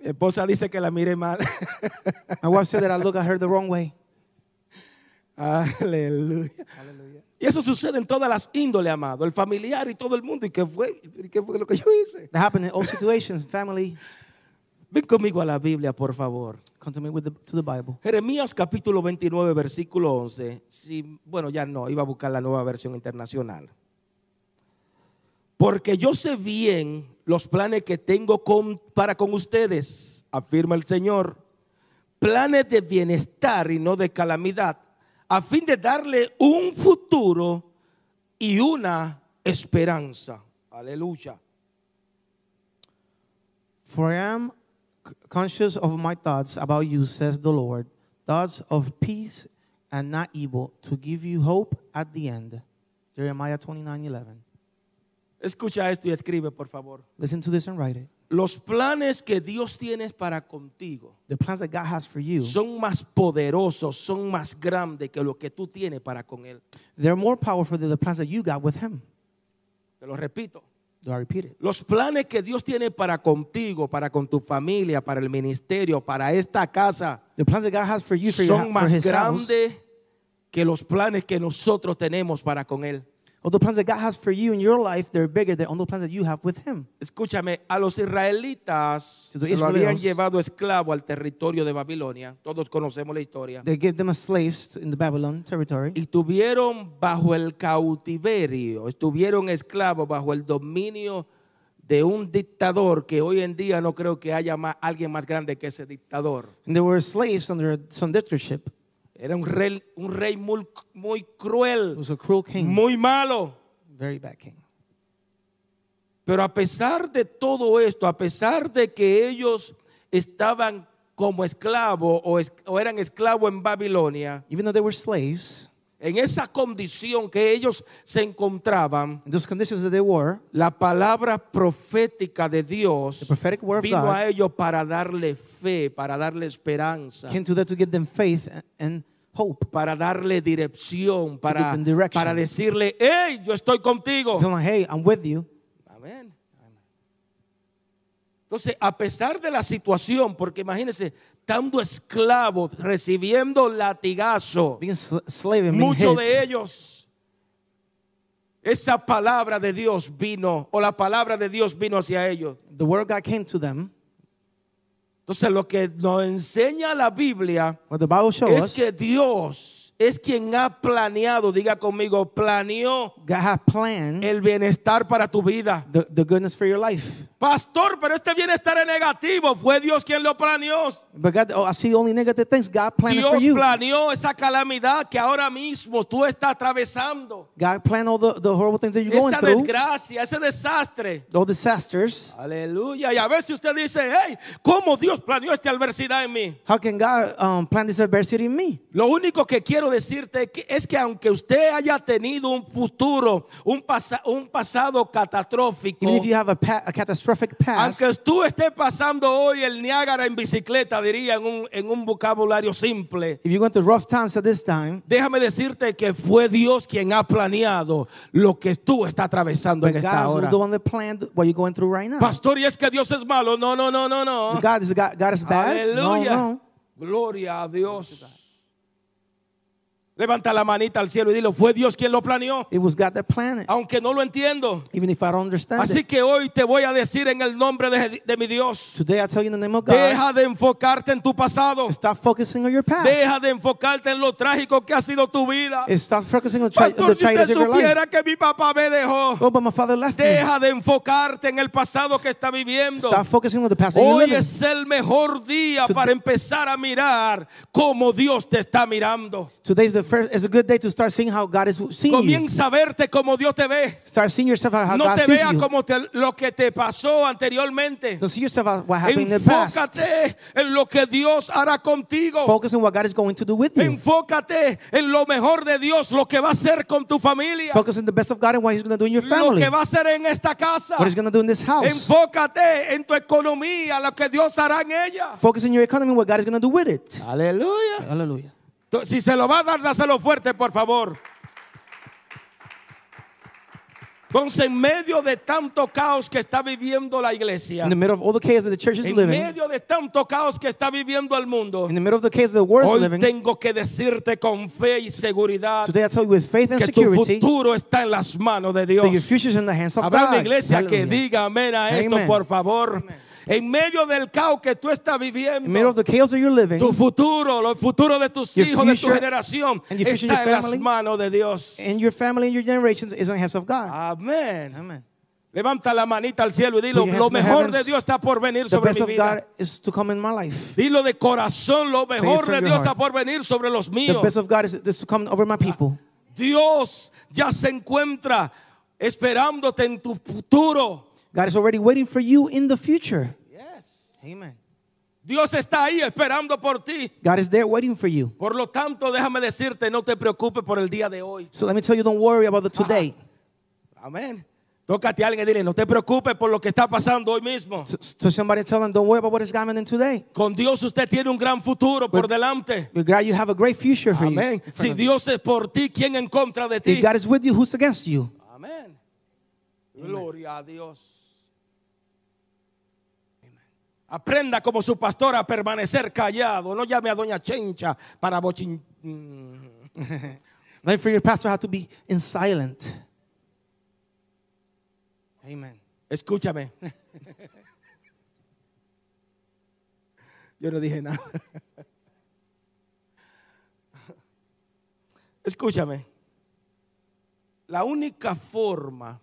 Speaker 1: Mi esposa dice que la mire mal.
Speaker 2: My wife said that I look at her the wrong way.
Speaker 1: Aleluya. Y eso sucede en todas las índoles, amado. El familiar y todo el mundo. ¿Y qué fue? ¿Y qué fue lo que yo hice?
Speaker 2: That happened in all situations. Family,
Speaker 1: Ven conmigo a la Biblia, por favor.
Speaker 2: come to me with the, to the Bible.
Speaker 1: Jeremías capítulo 29, versículo 11. Si, bueno, ya no, iba a buscar la nueva versión internacional. Porque yo sé bien los planes que tengo con- para con ustedes, afirma el Señor. Planes de bienestar y no de calamidad, a fin de darle un futuro y una esperanza. Aleluya.
Speaker 2: For I am c- conscious of my thoughts about you, says the Lord, thoughts of peace and not evil, to give you hope at the end. Jeremiah 29 11.
Speaker 1: Escucha esto y escribe, por favor.
Speaker 2: Listen to this and write it.
Speaker 1: Los planes que Dios tiene para contigo.
Speaker 2: The plans that God has for you,
Speaker 1: son más poderosos, son más grandes que lo que tú tienes para con Él.
Speaker 2: they're more powerful than the plans that you got with Him.
Speaker 1: Te lo repito.
Speaker 2: Do I repeat it?
Speaker 1: Los planes que Dios tiene para contigo, para con tu familia, para el ministerio, para esta casa,
Speaker 2: The plans that God has for you, for, your,
Speaker 1: son
Speaker 2: for
Speaker 1: más
Speaker 2: His house,
Speaker 1: grandes que los planes que nosotros tenemos para con Él.
Speaker 2: or the plans that God has for you in your life, they're bigger than all the plans that you have with Him.
Speaker 1: Escúchame, a los israelitas
Speaker 2: To the
Speaker 1: se lo habían
Speaker 2: Israelites.
Speaker 1: llevado esclavo al territorio de Babilonia. Todos conocemos la historia.
Speaker 2: They gave them as slaves in the Babylon territory.
Speaker 1: y estuvieron bajo el cautiverio, estuvieron esclavos bajo el dominio de un dictador que hoy en día no creo que haya más- alguien más grande que ese dictador.
Speaker 2: And they were slaves under some dictatorship.
Speaker 1: Era un rey, un rey muy, muy
Speaker 2: It
Speaker 1: cruel,
Speaker 2: was a cruel king,
Speaker 1: muy malo.
Speaker 2: very bad king.
Speaker 1: Pero a pesar de todo esto, a pesar de que ellos estaban como esclavos o, es- o eran esclavos en Babilonia,
Speaker 2: Even though they were slaves,
Speaker 1: en esa condición que ellos se encontraban,
Speaker 2: in those conditions that they were,
Speaker 1: La palabra profética de Dios
Speaker 2: The prophetic word of
Speaker 1: vino
Speaker 2: God
Speaker 1: a ellos para darle fe, para darle esperanza,
Speaker 2: came to them to give them faith and, and hope.
Speaker 1: para darle dirección, para,
Speaker 2: them direction.
Speaker 1: para decirle, hey, yo estoy contigo.
Speaker 2: Tell them, hey, I'm with you.
Speaker 1: Amén. Entonces, a pesar de la situación, porque imagínense, estando esclavos, recibiendo latigazo,
Speaker 2: Being sl- slave and being
Speaker 1: muchos
Speaker 2: hit.
Speaker 1: de ellos, esa palabra de Dios vino, o la palabra de Dios vino hacia ellos.
Speaker 2: The word of God came to them.
Speaker 1: Entonces lo que nos enseña la Biblia
Speaker 2: What the Bible shows
Speaker 1: es
Speaker 2: us,
Speaker 1: que Dios es quien ha planeado, diga conmigo, planeó
Speaker 2: God had planned
Speaker 1: el bienestar para tu vida.
Speaker 2: the, the goodness for your life.
Speaker 1: Pastor, pero este bienestar es negativo, fue Dios quien lo planeó.
Speaker 2: But God, oh, I see only negative things. God planned it for
Speaker 1: Dios
Speaker 2: you.
Speaker 1: planeó esa calamidad que ahora mismo tú estás atravesando.
Speaker 2: God planned all the, the horrible things that you're going
Speaker 1: Esa
Speaker 2: through,
Speaker 1: desgracia, ese desastre.
Speaker 2: all disasters.
Speaker 1: Aleluya. Y a veces usted dice, hey, ¿cómo Dios planeó esta adversidad en mí?
Speaker 2: How can God um, plant this adversity in me?
Speaker 1: Lo único que quiero decirte que- es que aunque usted haya tenido un futuro, un, pasa- un pasado catastrófico,
Speaker 2: Even if you have a, pa- a catastrophic past,
Speaker 1: aunque tú estés pasando hoy el Niágara en bicicleta, diría en un, en un vocabulario simple,
Speaker 2: if you went through rough times at this time,
Speaker 1: déjame decirte que fue Dios quien ha planeado lo que tú estás atravesando en
Speaker 2: but
Speaker 1: esta
Speaker 2: God's
Speaker 1: hora.
Speaker 2: the one that planned what you're going through right now.
Speaker 1: Pastor, y es que Dios es malo. No, no, no, no, no.
Speaker 2: God is God, God is bad.
Speaker 1: Aleluya.
Speaker 2: No, no.
Speaker 1: Gloria a Dios. Levanta la manita al cielo y dile, fue Dios quien lo planeó.
Speaker 2: It was God that planned it.
Speaker 1: aunque no lo entiendo.
Speaker 2: Even if I don't understand
Speaker 1: Así
Speaker 2: it.
Speaker 1: que hoy te voy a decir en el nombre de, de mi Dios,
Speaker 2: Today I tell you in the name of God,
Speaker 1: deja de enfocarte en tu pasado,
Speaker 2: stop focusing on your past.
Speaker 1: deja de enfocarte en lo trágico que ha sido tu vida.
Speaker 2: And stop focusing on tri- the
Speaker 1: Pastor, si
Speaker 2: tragedies
Speaker 1: usted
Speaker 2: of your life.
Speaker 1: supiera que mi papá me dejó,
Speaker 2: Oh, but my father left me.
Speaker 1: deja de enfocarte en el pasado que está viviendo.
Speaker 2: Stop focusing on the past that you're
Speaker 1: Hoy
Speaker 2: living.
Speaker 1: es el mejor día
Speaker 2: Today-
Speaker 1: para empezar a mirar cómo Dios te está mirando.
Speaker 2: Today is the first, is a good day to start seeing how God is seeing you.
Speaker 1: Comienza a verte cómo Dios te ve.
Speaker 2: Start seeing yourself how
Speaker 1: No
Speaker 2: God
Speaker 1: te
Speaker 2: sees
Speaker 1: vea
Speaker 2: you.
Speaker 1: como te- lo que te pasó anteriormente.
Speaker 2: Don't see yourself as what happened in the past.
Speaker 1: Enfócate en lo que Dios hará contigo.
Speaker 2: Focus on what God is going to do with you.
Speaker 1: Enfócate en lo mejor de Dios, lo que va a hacer con tu familia,
Speaker 2: Focus on the best of God and what He's going to do in your
Speaker 1: lo
Speaker 2: family.
Speaker 1: que va a hacer en esta casa.
Speaker 2: What He's going to do in this house.
Speaker 1: Enfócate en tu economía, lo que Dios hará en ella.
Speaker 2: Focus on your economy, what God is going to do with it.
Speaker 1: Ah. Aleluya.
Speaker 2: Hallelujah.
Speaker 1: To- Si se lo va a dar, dáselo fuerte, por favor. Entonces, en medio de tanto caos que está viviendo la iglesia,
Speaker 2: In the middle of all the chaos that the church is
Speaker 1: en
Speaker 2: living,
Speaker 1: medio de tanto caos que está viviendo el mundo,
Speaker 2: in the middle of the chaos that the world is
Speaker 1: hoy
Speaker 2: living,
Speaker 1: tengo que decirte con fe y seguridad
Speaker 2: today I tell you with faith and
Speaker 1: que tu
Speaker 2: security
Speaker 1: futuro está en las manos de
Speaker 2: that your
Speaker 1: Dios.
Speaker 2: future is in the hands of
Speaker 1: Habrá
Speaker 2: God.
Speaker 1: una iglesia que
Speaker 2: Hallelujah.
Speaker 1: diga amén a esto,
Speaker 2: Amen.
Speaker 1: por favor. En medio del caos que tú estás viviendo,
Speaker 2: in the middle of the chaos that you're living,
Speaker 1: tu futuro, el futuro de tus
Speaker 2: Your
Speaker 1: hijos, de tu
Speaker 2: future
Speaker 1: generación,
Speaker 2: and your future, your
Speaker 1: está en las
Speaker 2: family.
Speaker 1: manos de Dios.
Speaker 2: and your family and your generations is in the hands of God.
Speaker 1: Ah, Amén.
Speaker 2: Amen.
Speaker 1: Levanta la manita al cielo y dilo,
Speaker 2: Put your
Speaker 1: lo
Speaker 2: hands in the
Speaker 1: mejor
Speaker 2: heavens.
Speaker 1: de Dios está por venir
Speaker 2: The
Speaker 1: sobre
Speaker 2: best
Speaker 1: mi
Speaker 2: of God
Speaker 1: vida.
Speaker 2: is to come in my life.
Speaker 1: Dilo de corazón, lo
Speaker 2: it
Speaker 1: mejor
Speaker 2: from
Speaker 1: de
Speaker 2: your
Speaker 1: Dios está
Speaker 2: heart.
Speaker 1: por venir sobre los
Speaker 2: The
Speaker 1: míos.
Speaker 2: best of God is, is to come
Speaker 1: Ah.
Speaker 2: over my people.
Speaker 1: Dios ya se encuentra esperándote en tu futuro.
Speaker 2: God is already waiting for you in the future. Amen.
Speaker 1: Dios está ahí esperando por ti.
Speaker 2: God is there waiting for you.
Speaker 1: Por lo tanto, déjame decirte, no te preocupes por el día de hoy.
Speaker 2: So let me tell you, don't worry about the
Speaker 1: Uh-huh.
Speaker 2: today.
Speaker 1: Amén. Tócate a alguien y dile, no te preocupes por lo que está pasando hoy mismo.
Speaker 2: To, to somebody tell them, don't worry about what is happening today.
Speaker 1: Con Dios usted tiene un gran futuro por delante.
Speaker 2: With God, you have a great future for
Speaker 1: Amén.
Speaker 2: you. in front
Speaker 1: Si
Speaker 2: of you.
Speaker 1: Dios es por ti, ¿quién en contra de ti?
Speaker 2: If God is with you, who's against you?
Speaker 1: Amén. Gloria a Dios. Aprenda como su pastor a permanecer callado. No llame a doña Chencha para bochin. mm.
Speaker 2: Learn for your pastor how to be in silent. Amen.
Speaker 1: Escúchame. Yo no dije nada. Escúchame. La única forma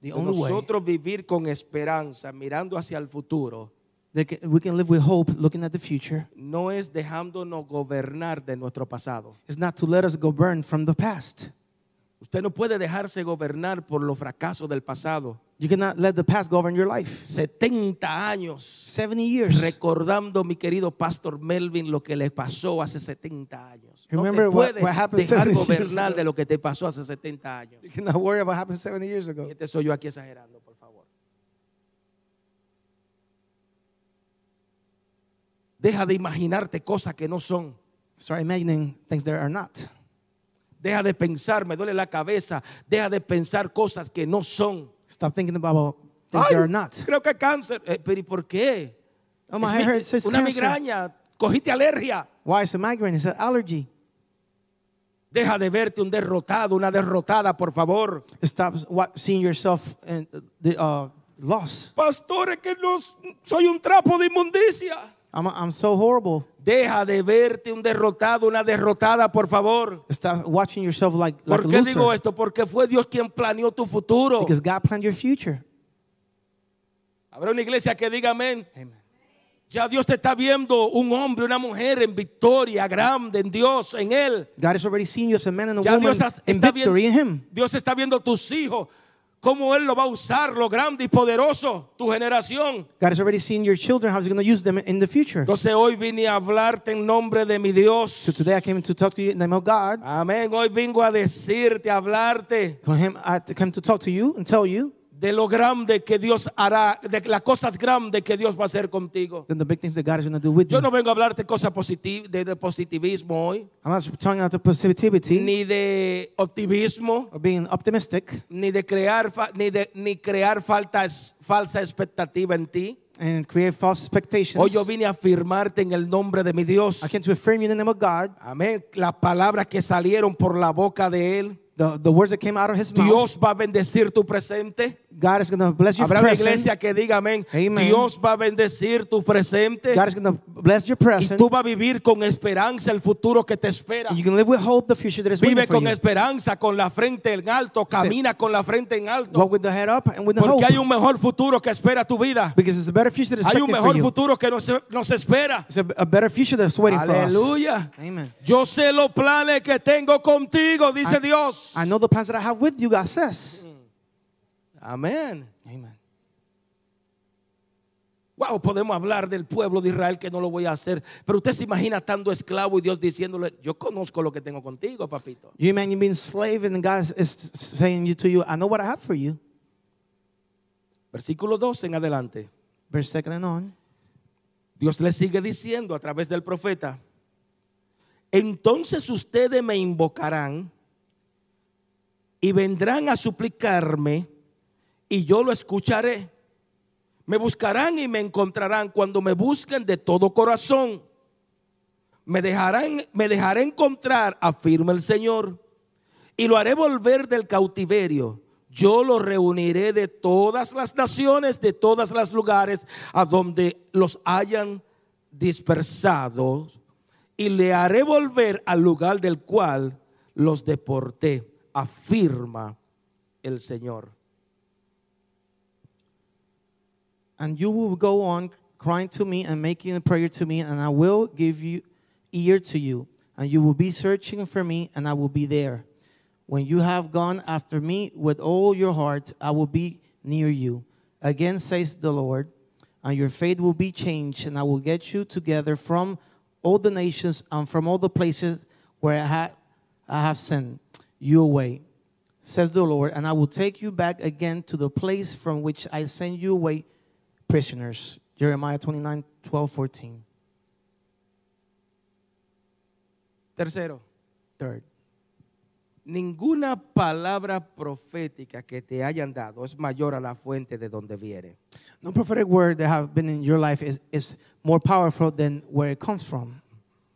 Speaker 2: The
Speaker 1: de
Speaker 2: only way
Speaker 1: nosotros vivir con esperanza, mirando hacia el futuro,
Speaker 2: that ca- we can live with hope, looking at the future,
Speaker 1: no es dejándonos gobernar de nuestro pasado.
Speaker 2: is not to let us go burn from the past.
Speaker 1: Usted no puede dejarse gobernar por los fracasos del pasado.
Speaker 2: You cannot let the past govern your life.
Speaker 1: 70 años
Speaker 2: 70 years.
Speaker 1: recordando mi querido pastor Melvin lo que le pasó hace 70 años. No te
Speaker 2: Remember what-
Speaker 1: puedes
Speaker 2: what happened
Speaker 1: dejar
Speaker 2: 70 years
Speaker 1: gobernar
Speaker 2: ago.
Speaker 1: de lo que te pasó hace 70 años.
Speaker 2: You cannot worry about what happened 70 years ago.
Speaker 1: Este soy yo aquí exagerando, por favor. Deja de imaginarte cosas que no son.
Speaker 2: Start imagining things that are not.
Speaker 1: Deja de pensar, me duele la cabeza. Deja de pensar cosas que no son.
Speaker 2: Stop thinking about things that
Speaker 1: Ay,
Speaker 2: are not.
Speaker 1: Creo que cáncer. Eh, pero ¿y por qué?
Speaker 2: Oh, my
Speaker 1: Es
Speaker 2: hair
Speaker 1: mi-
Speaker 2: hurts, it's
Speaker 1: una
Speaker 2: cancer.
Speaker 1: migraña. Cogiste alergia.
Speaker 2: Why is it migraine? It's an allergy.
Speaker 1: Deja de verte un derrotado, una derrotada, por favor.
Speaker 2: Stop wa- seeing yourself and the uh, loss.
Speaker 1: Pastores, que no soy un trapo de inmundicia.
Speaker 2: I'm, I'm so horrible.
Speaker 1: Deja de verte un derrotado, una derrotada, por favor.
Speaker 2: Stop watching yourself like, like a
Speaker 1: ¿Por qué
Speaker 2: loser.
Speaker 1: digo esto? Porque fue Dios quien planeó tu futuro.
Speaker 2: Because God planned your future.
Speaker 1: Habrá una iglesia que diga amén.
Speaker 2: Amen.
Speaker 1: Ya Dios te está viendo un hombre, una mujer en victoria grande en Dios, en Él.
Speaker 2: God has already seen you as a man and a
Speaker 1: Ya
Speaker 2: woman
Speaker 1: Dios está,
Speaker 2: in
Speaker 1: está
Speaker 2: victory in
Speaker 1: viendo,
Speaker 2: Him.
Speaker 1: Dios está viendo tus hijos, cómo Él lo va a usar, lo grande y poderoso, tu generación.
Speaker 2: God has already seen your children, how He's going to use them in the future.
Speaker 1: Entonces hoy vine a hablarte en nombre de mi Dios.
Speaker 2: So today I came to talk to you in the name of God.
Speaker 1: Amén. Hoy vengo a decirte, a hablarte
Speaker 2: To him, I came to talk to you and tell you
Speaker 1: de lo grande que Dios hará, de las cosas grandes que Dios va a hacer contigo.
Speaker 2: then the big things that God is going to do with
Speaker 1: Yo
Speaker 2: you.
Speaker 1: no vengo a hablarte cosas positiv- de, de positivismo hoy,
Speaker 2: I'm not talking about the positivity
Speaker 1: ni de optimismo,
Speaker 2: or being optimistic
Speaker 1: ni de crear, fa- ni de, ni crear faltas, falsa expectativa en ti.
Speaker 2: and create false expectations.
Speaker 1: Hoy yo vine a afirmarte en el nombre de mi Dios.
Speaker 2: I came to affirm you in the name of God.
Speaker 1: Amén. Las palabras que salieron por la boca de Él.
Speaker 2: The, the words that came out of his mouth,
Speaker 1: Dios va a bendecir tu presente.
Speaker 2: God is going to bless your
Speaker 1: Habrá una
Speaker 2: present.
Speaker 1: iglesia que diga amén.
Speaker 2: Amen.
Speaker 1: Dios va a bendecir tu presente.
Speaker 2: God is going to bless your
Speaker 1: Y
Speaker 2: present.
Speaker 1: tú vas a vivir con esperanza el futuro que te espera.
Speaker 2: You can live with hope the future that is waiting
Speaker 1: Vive
Speaker 2: for
Speaker 1: con
Speaker 2: you.
Speaker 1: esperanza, con la frente en alto. Camina con la frente en alto.
Speaker 2: Walk with the head up and with the hope.
Speaker 1: Porque hay un mejor futuro que espera tu vida.
Speaker 2: Because it's a better future that is
Speaker 1: Hay un
Speaker 2: waiting for
Speaker 1: mejor
Speaker 2: you.
Speaker 1: futuro que nos, nos espera.
Speaker 2: It's a, a better future that's waiting for us.
Speaker 1: Aleluya.
Speaker 2: Amen.
Speaker 1: Yo sé los planes que tengo contigo, dice
Speaker 2: I-
Speaker 1: Dios.
Speaker 2: I know the plans that I have with you, God says.
Speaker 1: Amén.
Speaker 2: Amen.
Speaker 1: Wow, podemos hablar del pueblo de Israel que no lo voy a hacer. Pero usted se imagina estando esclavo y Dios diciéndole, yo conozco lo que tengo contigo, papito.
Speaker 2: You man, you being slave, and God is- is saying you to you, I know what I have for you.
Speaker 1: Versículo 12 en adelante.
Speaker 2: Verse second and on.
Speaker 1: Dios le sigue diciendo a través del profeta, entonces ustedes me invocarán y vendrán a suplicarme y yo lo escucharé. Me buscarán y me encontrarán cuando me busquen de todo corazón. Me dejarán, me dejaré encontrar, afirma el Señor, y lo haré volver del cautiverio. Yo lo reuniré de todas las naciones, de todos los lugares a donde los hayan dispersado, y le haré volver al lugar del cual los deporté, afirma el Señor.
Speaker 2: And you will go on crying to me and making a prayer to me, and I will give you ear to you, and you will be searching for me, and I will be there. When you have gone after me with all your heart, I will be near you. Again says the Lord, and your faith will be changed, and I will get you together from all the nations and from all the places where I, ha- I have sent you away, says the Lord, and I will take you back again to the place from which I sent you away prisoners. Jeremiah 29, 12, 14.
Speaker 1: Tercero,
Speaker 2: Third,
Speaker 1: ninguna palabra profética que te hayan dado es mayor a la fuente de donde viene.
Speaker 2: no prophetic word that have been in your life is, is more powerful than where it comes from.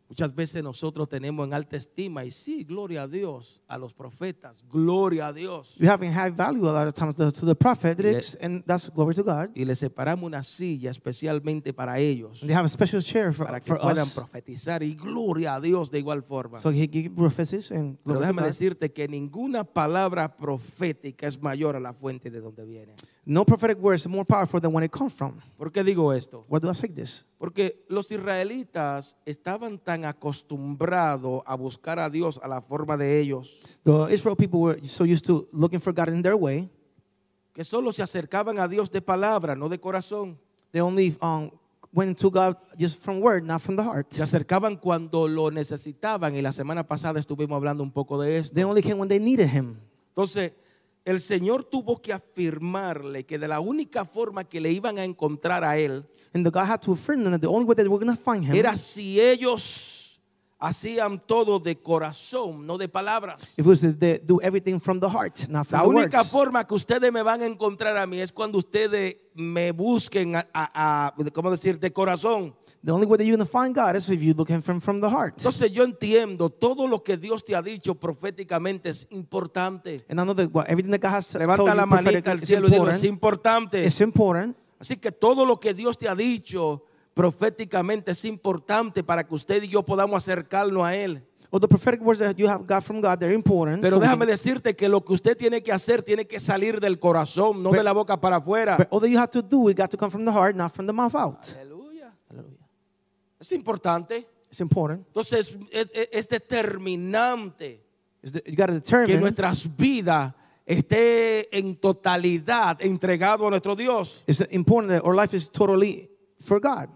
Speaker 1: Muchas veces nosotros tenemos en alta estima, y sí, gloria a Dios, a los profetas, gloria a Dios.
Speaker 2: You have in high value a lot of times to, to the prophet,
Speaker 1: Yeah.
Speaker 2: and that's glory to God.
Speaker 1: Y le separamos una silla especialmente para ellos,
Speaker 2: And they have a special chair for,
Speaker 1: para que
Speaker 2: for
Speaker 1: puedan
Speaker 2: us.
Speaker 1: profetizar, y gloria a Dios de igual forma.
Speaker 2: So he gives prophecies and
Speaker 1: Pero
Speaker 2: glory to
Speaker 1: déjame
Speaker 2: God.
Speaker 1: decirte que ninguna palabra profética es mayor a la fuente de donde viene.
Speaker 2: No prophetic word is more powerful than when it comes from.
Speaker 1: ¿Por qué digo esto?
Speaker 2: Why do I say this?
Speaker 1: Porque los israelitas estaban tan acostumbrados a buscar a Dios a la forma de ellos,
Speaker 2: The Israel people were so used to looking for God in their way.
Speaker 1: que solo se acercaban a Dios de palabra, no de corazón.
Speaker 2: They only um, went to God just from word, not from the heart.
Speaker 1: Se acercaban cuando lo necesitaban y la semana pasada estuvimos hablando un poco de esto.
Speaker 2: They only came when they needed him.
Speaker 1: Entonces, el Señor tuvo que afirmarle que de la única forma que le iban a encontrar a él
Speaker 2: And the God had to affirm them that the only way that they were going to find him,
Speaker 1: era si ellos hacían todo de corazón, no de palabras.
Speaker 2: if it was that they do everything from the heart, not from
Speaker 1: La
Speaker 2: the
Speaker 1: única
Speaker 2: words.
Speaker 1: forma que ustedes me van a encontrar a mí es cuando ustedes me busquen, a, a- a- ¿cómo decir?, de corazón.
Speaker 2: The only way that you're going to find God is if you look him from, from the heart.
Speaker 1: Entonces yo entiendo, todo lo que Dios te ha dicho proféticamente es importante.
Speaker 2: And I know that well, everything that God has told
Speaker 1: Levanta
Speaker 2: you
Speaker 1: la manita
Speaker 2: prophetically
Speaker 1: al
Speaker 2: is
Speaker 1: cielo y dilo, es
Speaker 2: important.
Speaker 1: importante.
Speaker 2: It's important.
Speaker 1: Así que todo lo que Dios te ha dicho proféticamente es importante para que usted y yo podamos acercarnos a Él.
Speaker 2: Well, the prophetic words that you have got from God, they're important.
Speaker 1: Pero
Speaker 2: so we
Speaker 1: déjame
Speaker 2: can-
Speaker 1: decirte que lo que usted tiene que hacer tiene que salir del corazón, no de la boca para
Speaker 2: but
Speaker 1: afuera.
Speaker 2: all that you have to do, it got to come from the heart, not from the mouth out.
Speaker 1: Aleluya. Es importante.
Speaker 2: It's important.
Speaker 1: Entonces es, es- es determinante
Speaker 2: It's the- you got to
Speaker 1: que
Speaker 2: determine
Speaker 1: nuestras vidas esté en totalidad entregado a nuestro Dios.
Speaker 2: It's important that our life is totally for God.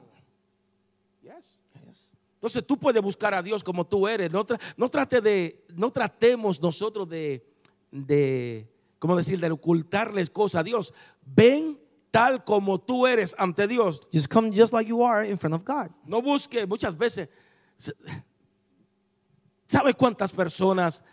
Speaker 1: Entonces tú puedes buscar a Dios como tú eres. No, tra- no trate de, no tratemos nosotros de, de, ¿cómo decir? De ocultarles cosas a Dios. Ven tal como tú eres ante Dios.
Speaker 2: Just come just like you are in front of God.
Speaker 1: No busque muchas veces. ¿Sabes cuántas personas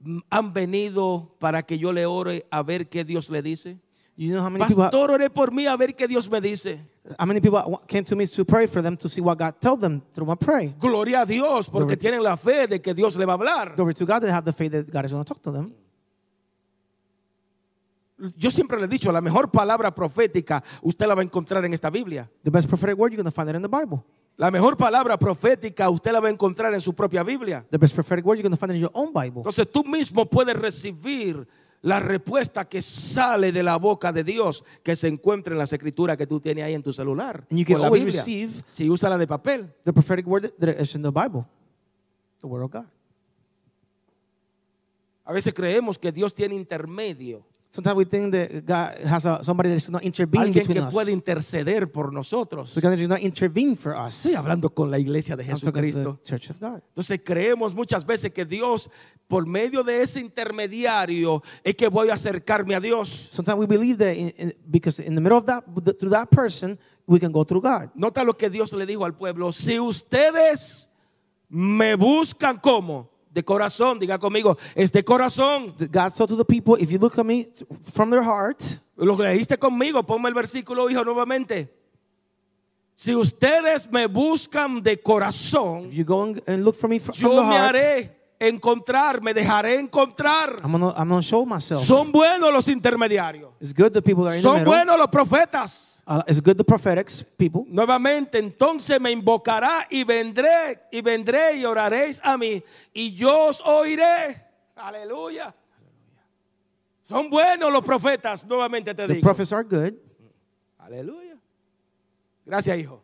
Speaker 1: mm, han venido para que yo le ore a ver qué Dios le dice?
Speaker 2: You know how many people
Speaker 1: Pastor, oré por mí a ver qué Dios me dice.
Speaker 2: how many people wa- came to me to pray for them to see what God told them through my prayer.
Speaker 1: Gloria a Dios, porque
Speaker 2: Gloria.
Speaker 1: tienen la fe de que Dios le va a hablar.
Speaker 2: Glory to God, they have the faith that God is going to talk to them.
Speaker 1: Yo siempre le he dicho, la mejor palabra profética usted la va a encontrar en esta Biblia.
Speaker 2: The best prophetic word you're going to find it in the Bible.
Speaker 1: La mejor palabra profética usted la va a encontrar en su propia Biblia.
Speaker 2: The best prophetic word you're going to find it in your own Bible.
Speaker 1: Entonces tú mismo puedes recibir la respuesta que sale de la boca de Dios, que se encuentra en las escrituras que tú tienes ahí en tu celular.
Speaker 2: And you can
Speaker 1: o en la
Speaker 2: always
Speaker 1: Biblia,
Speaker 2: receive-
Speaker 1: Si usa la de papel.
Speaker 2: The prophetic word that is in the Bible, the word of God.
Speaker 1: A veces creemos que Dios tiene intermedio.
Speaker 2: Sometimes we think that God has a, somebody that's going to intervene
Speaker 1: Alguien
Speaker 2: between
Speaker 1: que
Speaker 2: us.
Speaker 1: puede interceder por nosotros.
Speaker 2: So God is going to intervene for us.
Speaker 1: Estoy hablando con la iglesia de
Speaker 2: I'm talking to the
Speaker 1: Jesucristo.
Speaker 2: church of God.
Speaker 1: Entonces creemos muchas veces que Dios, por medio de ese intermediario, es que voy a acercarme a Dios.
Speaker 2: Sometimes we believe that in, in- because in the middle of that, th- through that person, we can go through God.
Speaker 1: Nota lo que Dios le dijo al pueblo. Si ustedes me buscan como de corazón, diga conmigo, es de corazón.
Speaker 2: God said to the people, if you look at me from their heart,
Speaker 1: Lo leíste conmigo, ponme el versículo, hijo, nuevamente. Si ustedes me buscan de corazón,
Speaker 2: if you go and- and look for me fr- from
Speaker 1: yo
Speaker 2: the
Speaker 1: me
Speaker 2: heart,
Speaker 1: haré encontrar, me dejaré encontrar.
Speaker 2: I'm gonna, I'm gonna show myself.
Speaker 1: Son buenos los intermediarios.
Speaker 2: it's good the people that are in the
Speaker 1: Son
Speaker 2: middle.
Speaker 1: buenos los profetas.
Speaker 2: Uh, it's good the prophetics people.
Speaker 1: Nuevamente, entonces me invocará y vendré, y vendré y oraréis a mí, y yo os oiré. Aleluya. Son buenos los profetas, nuevamente te
Speaker 2: The
Speaker 1: digo.
Speaker 2: prophets are good.
Speaker 1: Aleluya. Gracias, hijo.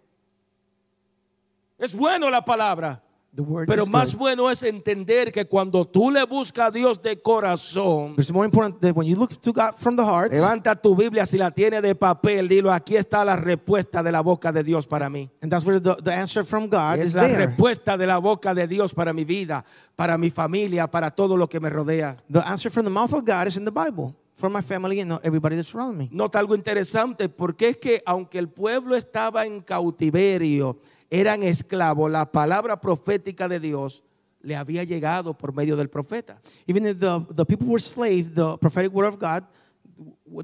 Speaker 1: Es bueno la palabra,
Speaker 2: The word
Speaker 1: pero
Speaker 2: is
Speaker 1: más
Speaker 2: good.
Speaker 1: bueno es entender que cuando tú le buscas a Dios de corazón,
Speaker 2: But It's more important that when you look to God from the heart,
Speaker 1: levanta tu Biblia si la tiene de papel, dilo, aquí está la respuesta de la boca de Dios para mí.
Speaker 2: and that's where the, the answer from God
Speaker 1: Es
Speaker 2: is
Speaker 1: la
Speaker 2: Ah, there.
Speaker 1: respuesta de la boca de Dios para mi vida, para mi familia, para todo lo que me rodea.
Speaker 2: The answer from the mouth of God is in the Bible for my family and everybody that's around me.
Speaker 1: Nota algo interesante, porque es que aunque el pueblo estaba en cautiverio, eran esclavos, la palabra profética de Dios le había llegado por medio del profeta.
Speaker 2: Even if the, the people were slaves, the prophetic word of God,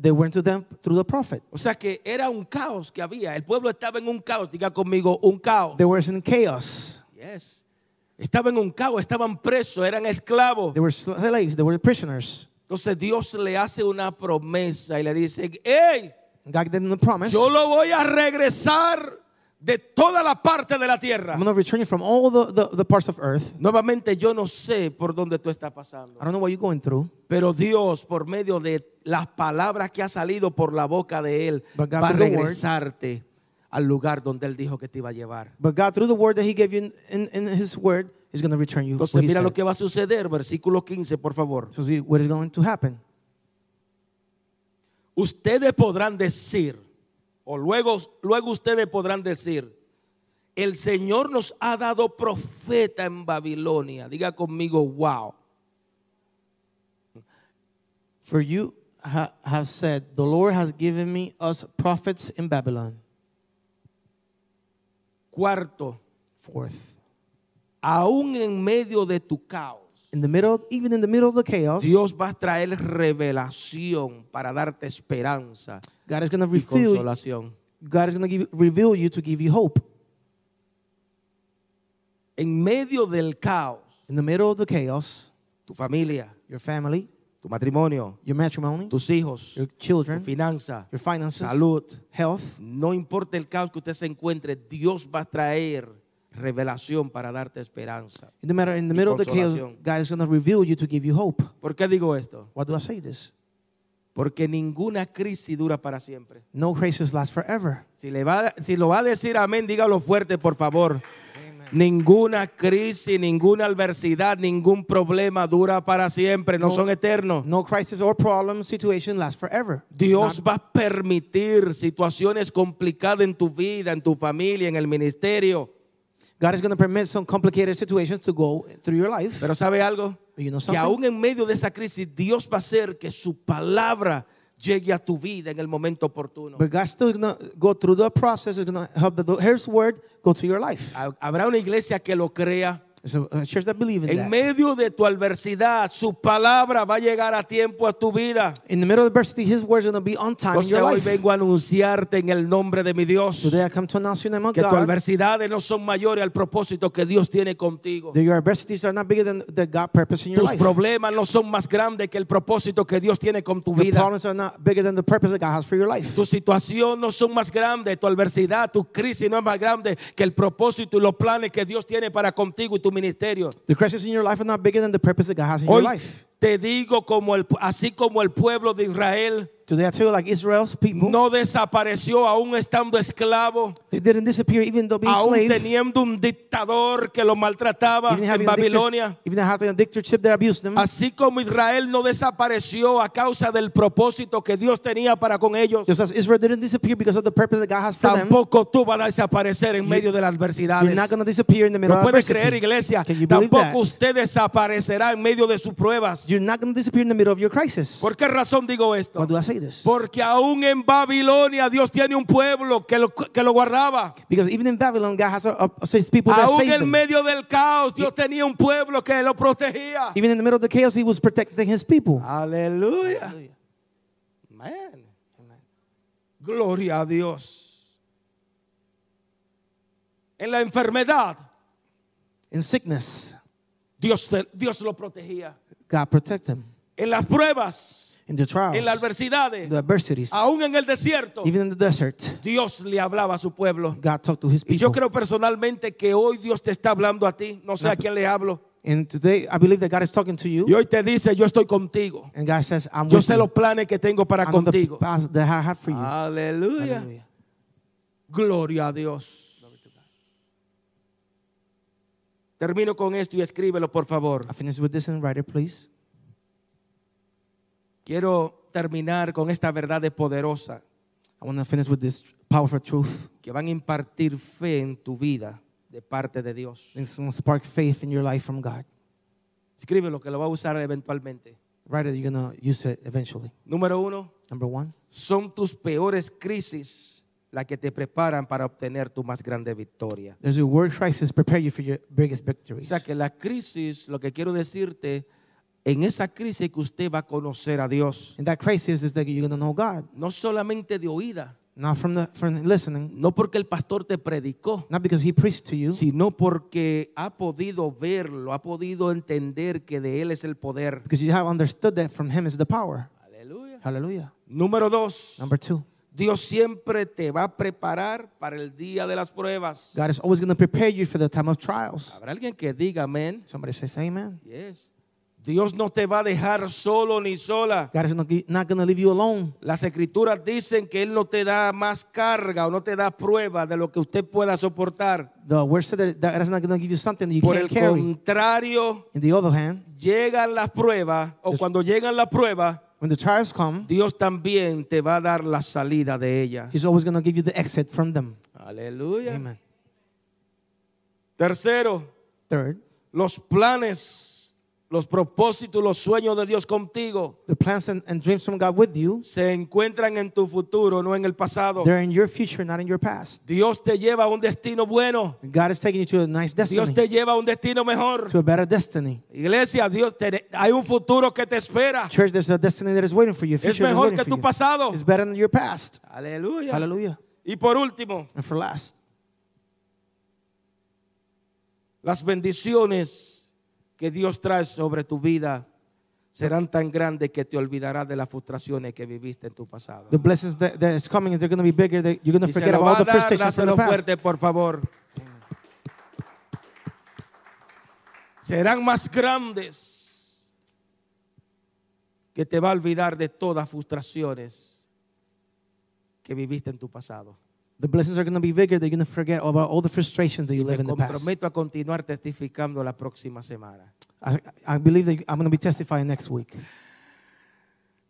Speaker 2: they went to them through the prophet.
Speaker 1: O sea que era un caos que había. El pueblo estaba en un caos. Diga conmigo, un caos.
Speaker 2: They were in chaos.
Speaker 1: Yes. Estaba en un caos, estaban presos, eran esclavos.
Speaker 2: They were slaves. They were prisoners.
Speaker 1: Entonces Dios le hace una promesa y le dice, hey,
Speaker 2: God gave them the promise.
Speaker 1: yo lo voy a regresar de toda la parte de la tierra.
Speaker 2: I'm going to return you from all the, the, the parts of earth.
Speaker 1: Nuevamente yo no sé por dónde tú estás pasando.
Speaker 2: I don't know what you're going through.
Speaker 1: Pero Dios, por medio de las palabras que ha salido por la boca de Él,
Speaker 2: But God
Speaker 1: va a
Speaker 2: through the word-
Speaker 1: regresarte al lugar donde Él dijo que te iba a llevar.
Speaker 2: But God, through the word that He gave you in, in, in His word, is going to return you.
Speaker 1: Entonces
Speaker 2: what he
Speaker 1: mira lo
Speaker 2: said.
Speaker 1: que va a suceder, versículo 15, por favor.
Speaker 2: So see what is going to happen.
Speaker 1: Ustedes podrán decir, o luego, luego ustedes podrán decir, el Señor nos ha dado profeta en Babilonia. Diga conmigo, wow.
Speaker 2: For you ha- have said, The Lord has given me us prophets in Babylon.
Speaker 1: Cuarto,
Speaker 2: Fourth.
Speaker 1: aún en medio de tu caos.
Speaker 2: In the middle, even in the middle of the chaos,
Speaker 1: Dios va a traer revelación para darte esperanza
Speaker 2: God is going to
Speaker 1: y
Speaker 2: reveal.
Speaker 1: consolación.
Speaker 2: God is going to give, reveal you to give you hope.
Speaker 1: En medio del caos,
Speaker 2: In the middle of the chaos,
Speaker 1: tu familia,
Speaker 2: your family,
Speaker 1: tu matrimonio,
Speaker 2: your matrimony,
Speaker 1: tus hijos,
Speaker 2: your
Speaker 1: tu
Speaker 2: children,
Speaker 1: finanza,
Speaker 2: your finances,
Speaker 1: salud,
Speaker 2: health.
Speaker 1: no importa el caos que usted se encuentre, Dios va a traer revelación para darte esperanza.
Speaker 2: In the matter, in the middle of the chaos,
Speaker 1: consolación.
Speaker 2: God is going to reveal you to give you hope.
Speaker 1: ¿Por qué digo esto?
Speaker 2: Why do I say this?
Speaker 1: Porque ninguna crisis dura para siempre.
Speaker 2: No crisis lasts forever.
Speaker 1: Si, le va, si lo va a decir amén, dígalo fuerte, por favor. Ninguna crisis, ninguna adversidad, ningún problema dura para siempre, no, son eternos.
Speaker 2: No crisis or problem situation lasts forever. It's
Speaker 1: Dios
Speaker 2: not-
Speaker 1: va a permitir situaciones complicadas en tu vida, en tu familia, en el ministerio.
Speaker 2: God is going to permit some complicated situations to go through your life.
Speaker 1: Pero ¿sabe algo?
Speaker 2: You know
Speaker 1: que
Speaker 2: something?
Speaker 1: aún en medio de esa crisis, Dios va a hacer que su palabra llegue a tu vida en el momento oportuno.
Speaker 2: But God's still going to go through the process. Is going to help the His word go to your life.
Speaker 1: Ha- Habrá una iglesia que lo crea.
Speaker 2: It's a, a church that believes in
Speaker 1: En
Speaker 2: that.
Speaker 1: medio de tu adversidad, su palabra va a llegar a tiempo a tu vida.
Speaker 2: In the middle of adversity, His word is going to be on time in
Speaker 1: Entonces
Speaker 2: your
Speaker 1: hoy
Speaker 2: life.
Speaker 1: vengo a anunciarte en el nombre de mi Dios
Speaker 2: Today I come to announce you in the name of
Speaker 1: que tus
Speaker 2: God
Speaker 1: adversidades no son mayores al propósito que Dios tiene contigo.
Speaker 2: that your adversities are not bigger than the God purpose in your
Speaker 1: Tus
Speaker 2: life.
Speaker 1: problemas no son más grandes que el propósito que Dios tiene con tu
Speaker 2: Your
Speaker 1: vida.
Speaker 2: problems are not bigger than the purpose that God has for your life.
Speaker 1: Tu situación no son más grandes, tu adversidad, tu crisis no es más grande que el propósito y los planes que Dios tiene para contigo y tu ministerio.
Speaker 2: The crises in your life are not bigger than the purpose that God has in your
Speaker 1: Hoy
Speaker 2: life.
Speaker 1: te digo como el, así como el pueblo de Israel
Speaker 2: Today I tell you, like Israel's people,
Speaker 1: no desapareció aún estando esclavo,
Speaker 2: they didn't disappear even though being
Speaker 1: aún
Speaker 2: slaves.
Speaker 1: teniendo un dictador que lo maltrataba
Speaker 2: Even
Speaker 1: en
Speaker 2: having, a
Speaker 1: Babilonia.
Speaker 2: dictatorship, even having a dictatorship that abused them,
Speaker 1: Así como Israel no desapareció a causa del propósito que Dios tenía para con ellos,
Speaker 2: just as Israel didn't disappear because of the purpose that God has for them,
Speaker 1: tampoco tú vas a desaparecer en medio de las
Speaker 2: you're
Speaker 1: adversidades.
Speaker 2: not going to disappear in the middle
Speaker 1: No
Speaker 2: of
Speaker 1: puedes
Speaker 2: adversity.
Speaker 1: creer, iglesia.
Speaker 2: Can you believe that?
Speaker 1: Tampoco usted desaparecerá en medio de sus pruebas.
Speaker 2: You're not going to disappear in the middle of your crisis.
Speaker 1: ¿Por qué razón digo esto?
Speaker 2: Why do I say this.
Speaker 1: Porque aún en Babilonia Dios tiene un pueblo que lo, que lo guardaba.
Speaker 2: Because even in Babylon, God has a, a, so his people that
Speaker 1: Aún
Speaker 2: saved
Speaker 1: en
Speaker 2: them.
Speaker 1: medio del caos Dios tenía un pueblo que lo protegía.
Speaker 2: Even in the middle of the chaos, he was protecting his people.
Speaker 1: Aleluya. Amén. Gloria a Dios. En la enfermedad
Speaker 2: In sickness,
Speaker 1: Dios, te- Dios lo protegía.
Speaker 2: God protect him.
Speaker 1: En las pruebas,
Speaker 2: In the trials,
Speaker 1: en las adversidades,
Speaker 2: the adversities,
Speaker 1: aún en el desierto,
Speaker 2: even in the desert,
Speaker 1: Dios le hablaba a su pueblo.
Speaker 2: God talked to his
Speaker 1: Y yo
Speaker 2: people.
Speaker 1: creo personalmente que hoy Dios te está hablando a ti. No sé a quién le hablo.
Speaker 2: And today, I believe that God is talking to
Speaker 1: Y
Speaker 2: you.
Speaker 1: hoy te dice, yo estoy contigo.
Speaker 2: And God says, I'm
Speaker 1: Yo
Speaker 2: with
Speaker 1: sé
Speaker 2: you.
Speaker 1: los planes que tengo para
Speaker 2: I know the
Speaker 1: contigo.
Speaker 2: paths that I have for you.
Speaker 1: Aleluya.
Speaker 2: Hallelujah.
Speaker 1: Gloria a Dios. Termino con esto y escríbelo, por favor.
Speaker 2: I finish with this in writer, please.
Speaker 1: Quiero terminar con esta verdad poderosa
Speaker 2: I want to finish with this powerful truth.
Speaker 1: que van a impartir fe en tu vida de parte de Dios.
Speaker 2: It's going to spark faith in your life from God.
Speaker 1: Escríbelo, que lo va a usar eventualmente.
Speaker 2: Writer, you're going to use it eventually.
Speaker 1: Número uno,
Speaker 2: Number one,
Speaker 1: son tus peores crisis las que te preparan para obtener tu más grande victoria.
Speaker 2: there's your word crisis prepare you for your biggest
Speaker 1: O
Speaker 2: victories.
Speaker 1: sea que la crisis, lo que quiero decirte, en esa crisis que usted va a conocer a Dios,
Speaker 2: And that crisis is that you're going to know God,
Speaker 1: no solamente de oída,
Speaker 2: not from the from listening,
Speaker 1: no porque el pastor te predicó,
Speaker 2: not because He preached to you,
Speaker 1: sino porque ha podido verlo, ha podido entender que de él es el poder.
Speaker 2: because you have understood that from Him is the power.
Speaker 1: Aleluya.
Speaker 2: Hallelujah.
Speaker 1: Número dos,
Speaker 2: Number two,
Speaker 1: Dios siempre te va a preparar para el día de las pruebas.
Speaker 2: God is always going to prepare you for the time of trials.
Speaker 1: Habrá alguien que diga amén.
Speaker 2: Somebody says, Amen.
Speaker 1: Yes. Dios no te va a dejar solo ni sola.
Speaker 2: God is not going to leave you alone.
Speaker 1: Las escrituras dicen que Él no te da más carga o no te da prueba de lo que usted pueda soportar.
Speaker 2: The word said that that is not going to give you something that you
Speaker 1: Por el
Speaker 2: can't carry.
Speaker 1: contrario,
Speaker 2: In the other hand,
Speaker 1: llegan las pruebas o cuando llegan las pruebas,
Speaker 2: when the trials come,
Speaker 1: Dios también te va a dar la salida de ellas.
Speaker 2: He's always going to give you the exit from them.
Speaker 1: Aleluya.
Speaker 2: Amen.
Speaker 1: Tercero,
Speaker 2: Third,
Speaker 1: los planes, los propósitos, los sueños de Dios contigo
Speaker 2: the plans and, and dreams from God with you,
Speaker 1: se encuentran en tu futuro, no en el pasado.
Speaker 2: they're in your future, not in your past.
Speaker 1: Dios te lleva a un destino bueno.
Speaker 2: God is taking you to a nice
Speaker 1: Dios
Speaker 2: destiny,
Speaker 1: te lleva a un destino mejor.
Speaker 2: to a better destiny.
Speaker 1: Iglesia, Dios, te- hay un futuro que te espera.
Speaker 2: Church, there's a destiny that is waiting for you. a
Speaker 1: Es
Speaker 2: Future that is
Speaker 1: mejor
Speaker 2: waiting
Speaker 1: que
Speaker 2: for
Speaker 1: tu
Speaker 2: you.
Speaker 1: pasado.
Speaker 2: It's better than your past.
Speaker 1: Aleluya.
Speaker 2: Hallelujah.
Speaker 1: Y por último,
Speaker 2: And for last,
Speaker 1: las bendiciones que Dios trae sobre tu vida serán tan grandes que te olvidarás de las frustraciones que viviste en tu pasado.
Speaker 2: the blessings that, that is coming is they're going to be bigger. That you're going to
Speaker 1: Si se
Speaker 2: forget
Speaker 1: lo
Speaker 2: about
Speaker 1: va
Speaker 2: all
Speaker 1: a dar,
Speaker 2: the frustrations from the
Speaker 1: dáselo
Speaker 2: past.
Speaker 1: fuerte, por favor. Serán más grandes que te va a olvidar de todas frustraciones que viviste en tu pasado.
Speaker 2: The blessings are going to be bigger. They're going to forget about all the frustrations that you live
Speaker 1: Me
Speaker 2: in the past.
Speaker 1: comprometo a continuar testificando la próxima semana.
Speaker 2: I, I believe that I'm going to be testifying next week.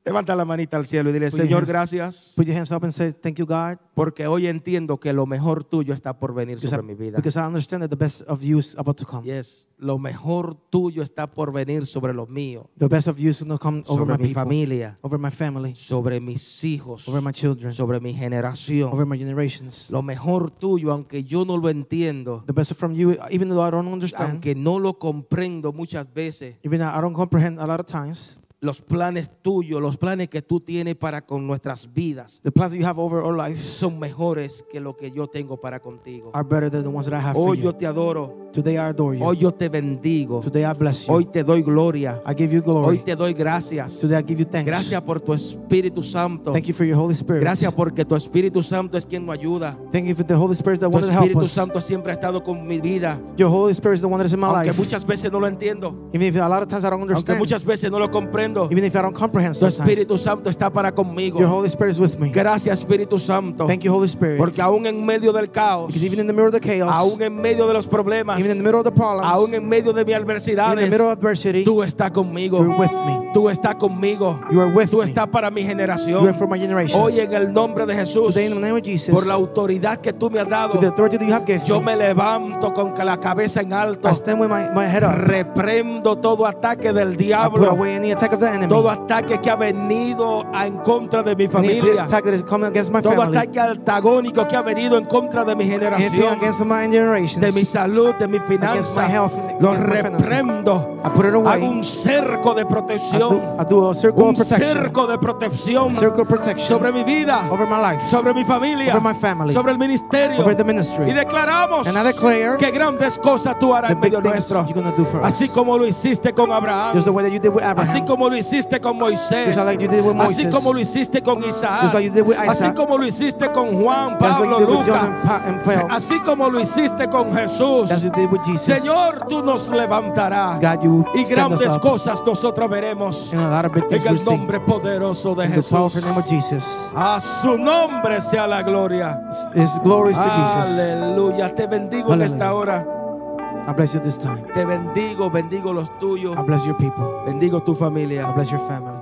Speaker 1: Levanta la manita al cielo y dile,
Speaker 2: Put your
Speaker 1: Señor,
Speaker 2: hands-
Speaker 1: gracias,
Speaker 2: Put your hands up and say, Thank you, God.
Speaker 1: porque hoy entiendo que lo mejor tuyo está por venir
Speaker 2: Because
Speaker 1: sobre
Speaker 2: I,
Speaker 1: mi vida.
Speaker 2: because I understand that the best of you is about to come.
Speaker 1: Yes, lo mejor tuyo está por venir sobre los míos,
Speaker 2: The best of you is going to come over
Speaker 1: sobre
Speaker 2: my
Speaker 1: mi
Speaker 2: people,
Speaker 1: familia,
Speaker 2: over my family,
Speaker 1: sobre mis hijos,
Speaker 2: over my children,
Speaker 1: sobre mi generación.
Speaker 2: over my generations.
Speaker 1: Lo mejor tuyo, aunque yo no lo entiendo,
Speaker 2: The best from you, even though I don't understand,
Speaker 1: aunque no lo comprendo muchas veces,
Speaker 2: even though I don't comprehend a lot of times,
Speaker 1: los planes tuyos, los planes que tú tienes para con nuestras vidas,
Speaker 2: the plans that you have over our lives
Speaker 1: son mejores que lo que yo tengo para contigo.
Speaker 2: are better than the ones that I have
Speaker 1: Hoy
Speaker 2: for
Speaker 1: yo
Speaker 2: you.
Speaker 1: te adoro,
Speaker 2: Today I adore you.
Speaker 1: hoy yo te bendigo,
Speaker 2: Today I bless
Speaker 1: hoy
Speaker 2: you.
Speaker 1: te doy gloria,
Speaker 2: I give you
Speaker 1: hoy
Speaker 2: glory.
Speaker 1: te doy gracias.
Speaker 2: Today I give you thanks.
Speaker 1: Gracias por tu Espíritu Santo.
Speaker 2: Thank you for your Holy Spirit.
Speaker 1: Gracias porque tu Espíritu Santo es quien nos ayuda.
Speaker 2: Thank you for the Holy Spirit that
Speaker 1: Tu
Speaker 2: wanted to help
Speaker 1: Espíritu
Speaker 2: us.
Speaker 1: Santo siempre ha estado con mi vida,
Speaker 2: Your Holy Spirit is the one that is in my
Speaker 1: aunque
Speaker 2: life.
Speaker 1: muchas veces no lo entiendo,
Speaker 2: Even if a lot of times I don't
Speaker 1: aunque
Speaker 2: understand.
Speaker 1: muchas veces no lo comprendo.
Speaker 2: Even if I don't comprehend
Speaker 1: Tu
Speaker 2: sometimes.
Speaker 1: Espíritu Santo está para
Speaker 2: Your
Speaker 1: conmigo.
Speaker 2: Holy Spirit is with me.
Speaker 1: Gracias Espíritu Santo,
Speaker 2: Thank you, Holy Spirit.
Speaker 1: porque aún en medio del caos,
Speaker 2: because even in the middle of the chaos,
Speaker 1: aún en medio de los problemas,
Speaker 2: even in the middle of the problems,
Speaker 1: aún en medio de mis
Speaker 2: even in the
Speaker 1: adversidades,
Speaker 2: middle of adversity,
Speaker 1: tú estás conmigo.
Speaker 2: you're with me.
Speaker 1: Tú estás conmigo.
Speaker 2: You are with
Speaker 1: Tú
Speaker 2: me.
Speaker 1: estás para mi
Speaker 2: You are
Speaker 1: generación.
Speaker 2: for my generation.
Speaker 1: Hoy en el nombre de Jesús,
Speaker 2: Today, in the name of Jesus,
Speaker 1: por la autoridad que tú me has dado,
Speaker 2: with the authority that you have given
Speaker 1: yo
Speaker 2: me,
Speaker 1: me levanto con la cabeza en alto.
Speaker 2: I stand with my, my head up.
Speaker 1: Reprendo todo ataque del
Speaker 2: I put
Speaker 1: diablo.
Speaker 2: away any attack of the enemy.
Speaker 1: Todo ataque que ha venido a- en contra de mi
Speaker 2: Any
Speaker 1: familia.
Speaker 2: attack that is coming against my
Speaker 1: Todo
Speaker 2: family.
Speaker 1: ataque antagónico que ha venido en contra de mi
Speaker 2: Anything
Speaker 1: generación.
Speaker 2: against my
Speaker 1: de mi
Speaker 2: generations.
Speaker 1: salud, de mi
Speaker 2: my
Speaker 1: finanza,
Speaker 2: health, against
Speaker 1: los
Speaker 2: my finances.
Speaker 1: reprendo.
Speaker 2: I put it away.
Speaker 1: Hago un cerco de
Speaker 2: I do,
Speaker 1: protección,
Speaker 2: I do a circle
Speaker 1: un
Speaker 2: of protection.
Speaker 1: cerco de protección
Speaker 2: Circle of protection
Speaker 1: sobre mi vida,
Speaker 2: over my life.
Speaker 1: sobre mi familia,
Speaker 2: over my family,
Speaker 1: sobre el ministerio.
Speaker 2: over the ministry.
Speaker 1: Y declaramos
Speaker 2: And I declare
Speaker 1: que grandes cosas tú harás
Speaker 2: the
Speaker 1: en
Speaker 2: big
Speaker 1: medio
Speaker 2: things
Speaker 1: nuestro,
Speaker 2: you're going to do for us.
Speaker 1: así como lo hiciste con Abraham.
Speaker 2: Just the way that you did with Abraham.
Speaker 1: Así como lo hiciste con Moisés,
Speaker 2: Just like you did with
Speaker 1: así
Speaker 2: Moses.
Speaker 1: como lo hiciste con Isaac,
Speaker 2: Just like you did with
Speaker 1: así
Speaker 2: Isaac.
Speaker 1: como lo hiciste con Juan,
Speaker 2: Just like
Speaker 1: Pablo,
Speaker 2: you did with
Speaker 1: Lucas,
Speaker 2: John and, pa- and Paul.
Speaker 1: así como lo hiciste con Jesús.
Speaker 2: That's what you did with Jesus.
Speaker 1: Señor, tú nos levantarás
Speaker 2: God, you
Speaker 1: y
Speaker 2: stand us
Speaker 1: grandes
Speaker 2: up.
Speaker 1: cosas nosotros veremos
Speaker 2: And a lot of big things
Speaker 1: en el
Speaker 2: we see.
Speaker 1: nombre poderoso de
Speaker 2: In the
Speaker 1: Jesús.
Speaker 2: powerful name of Jesus.
Speaker 1: A su nombre sea la gloria.
Speaker 2: His glories to Jesus.
Speaker 1: Aleluya. Te bendigo en
Speaker 2: Aleluya.
Speaker 1: esta hora.
Speaker 2: I bless you this time.
Speaker 1: Te bendigo, bendigo los tuyos,
Speaker 2: I bless your people.
Speaker 1: bendigo tu
Speaker 2: I
Speaker 1: familia.
Speaker 2: bless your family.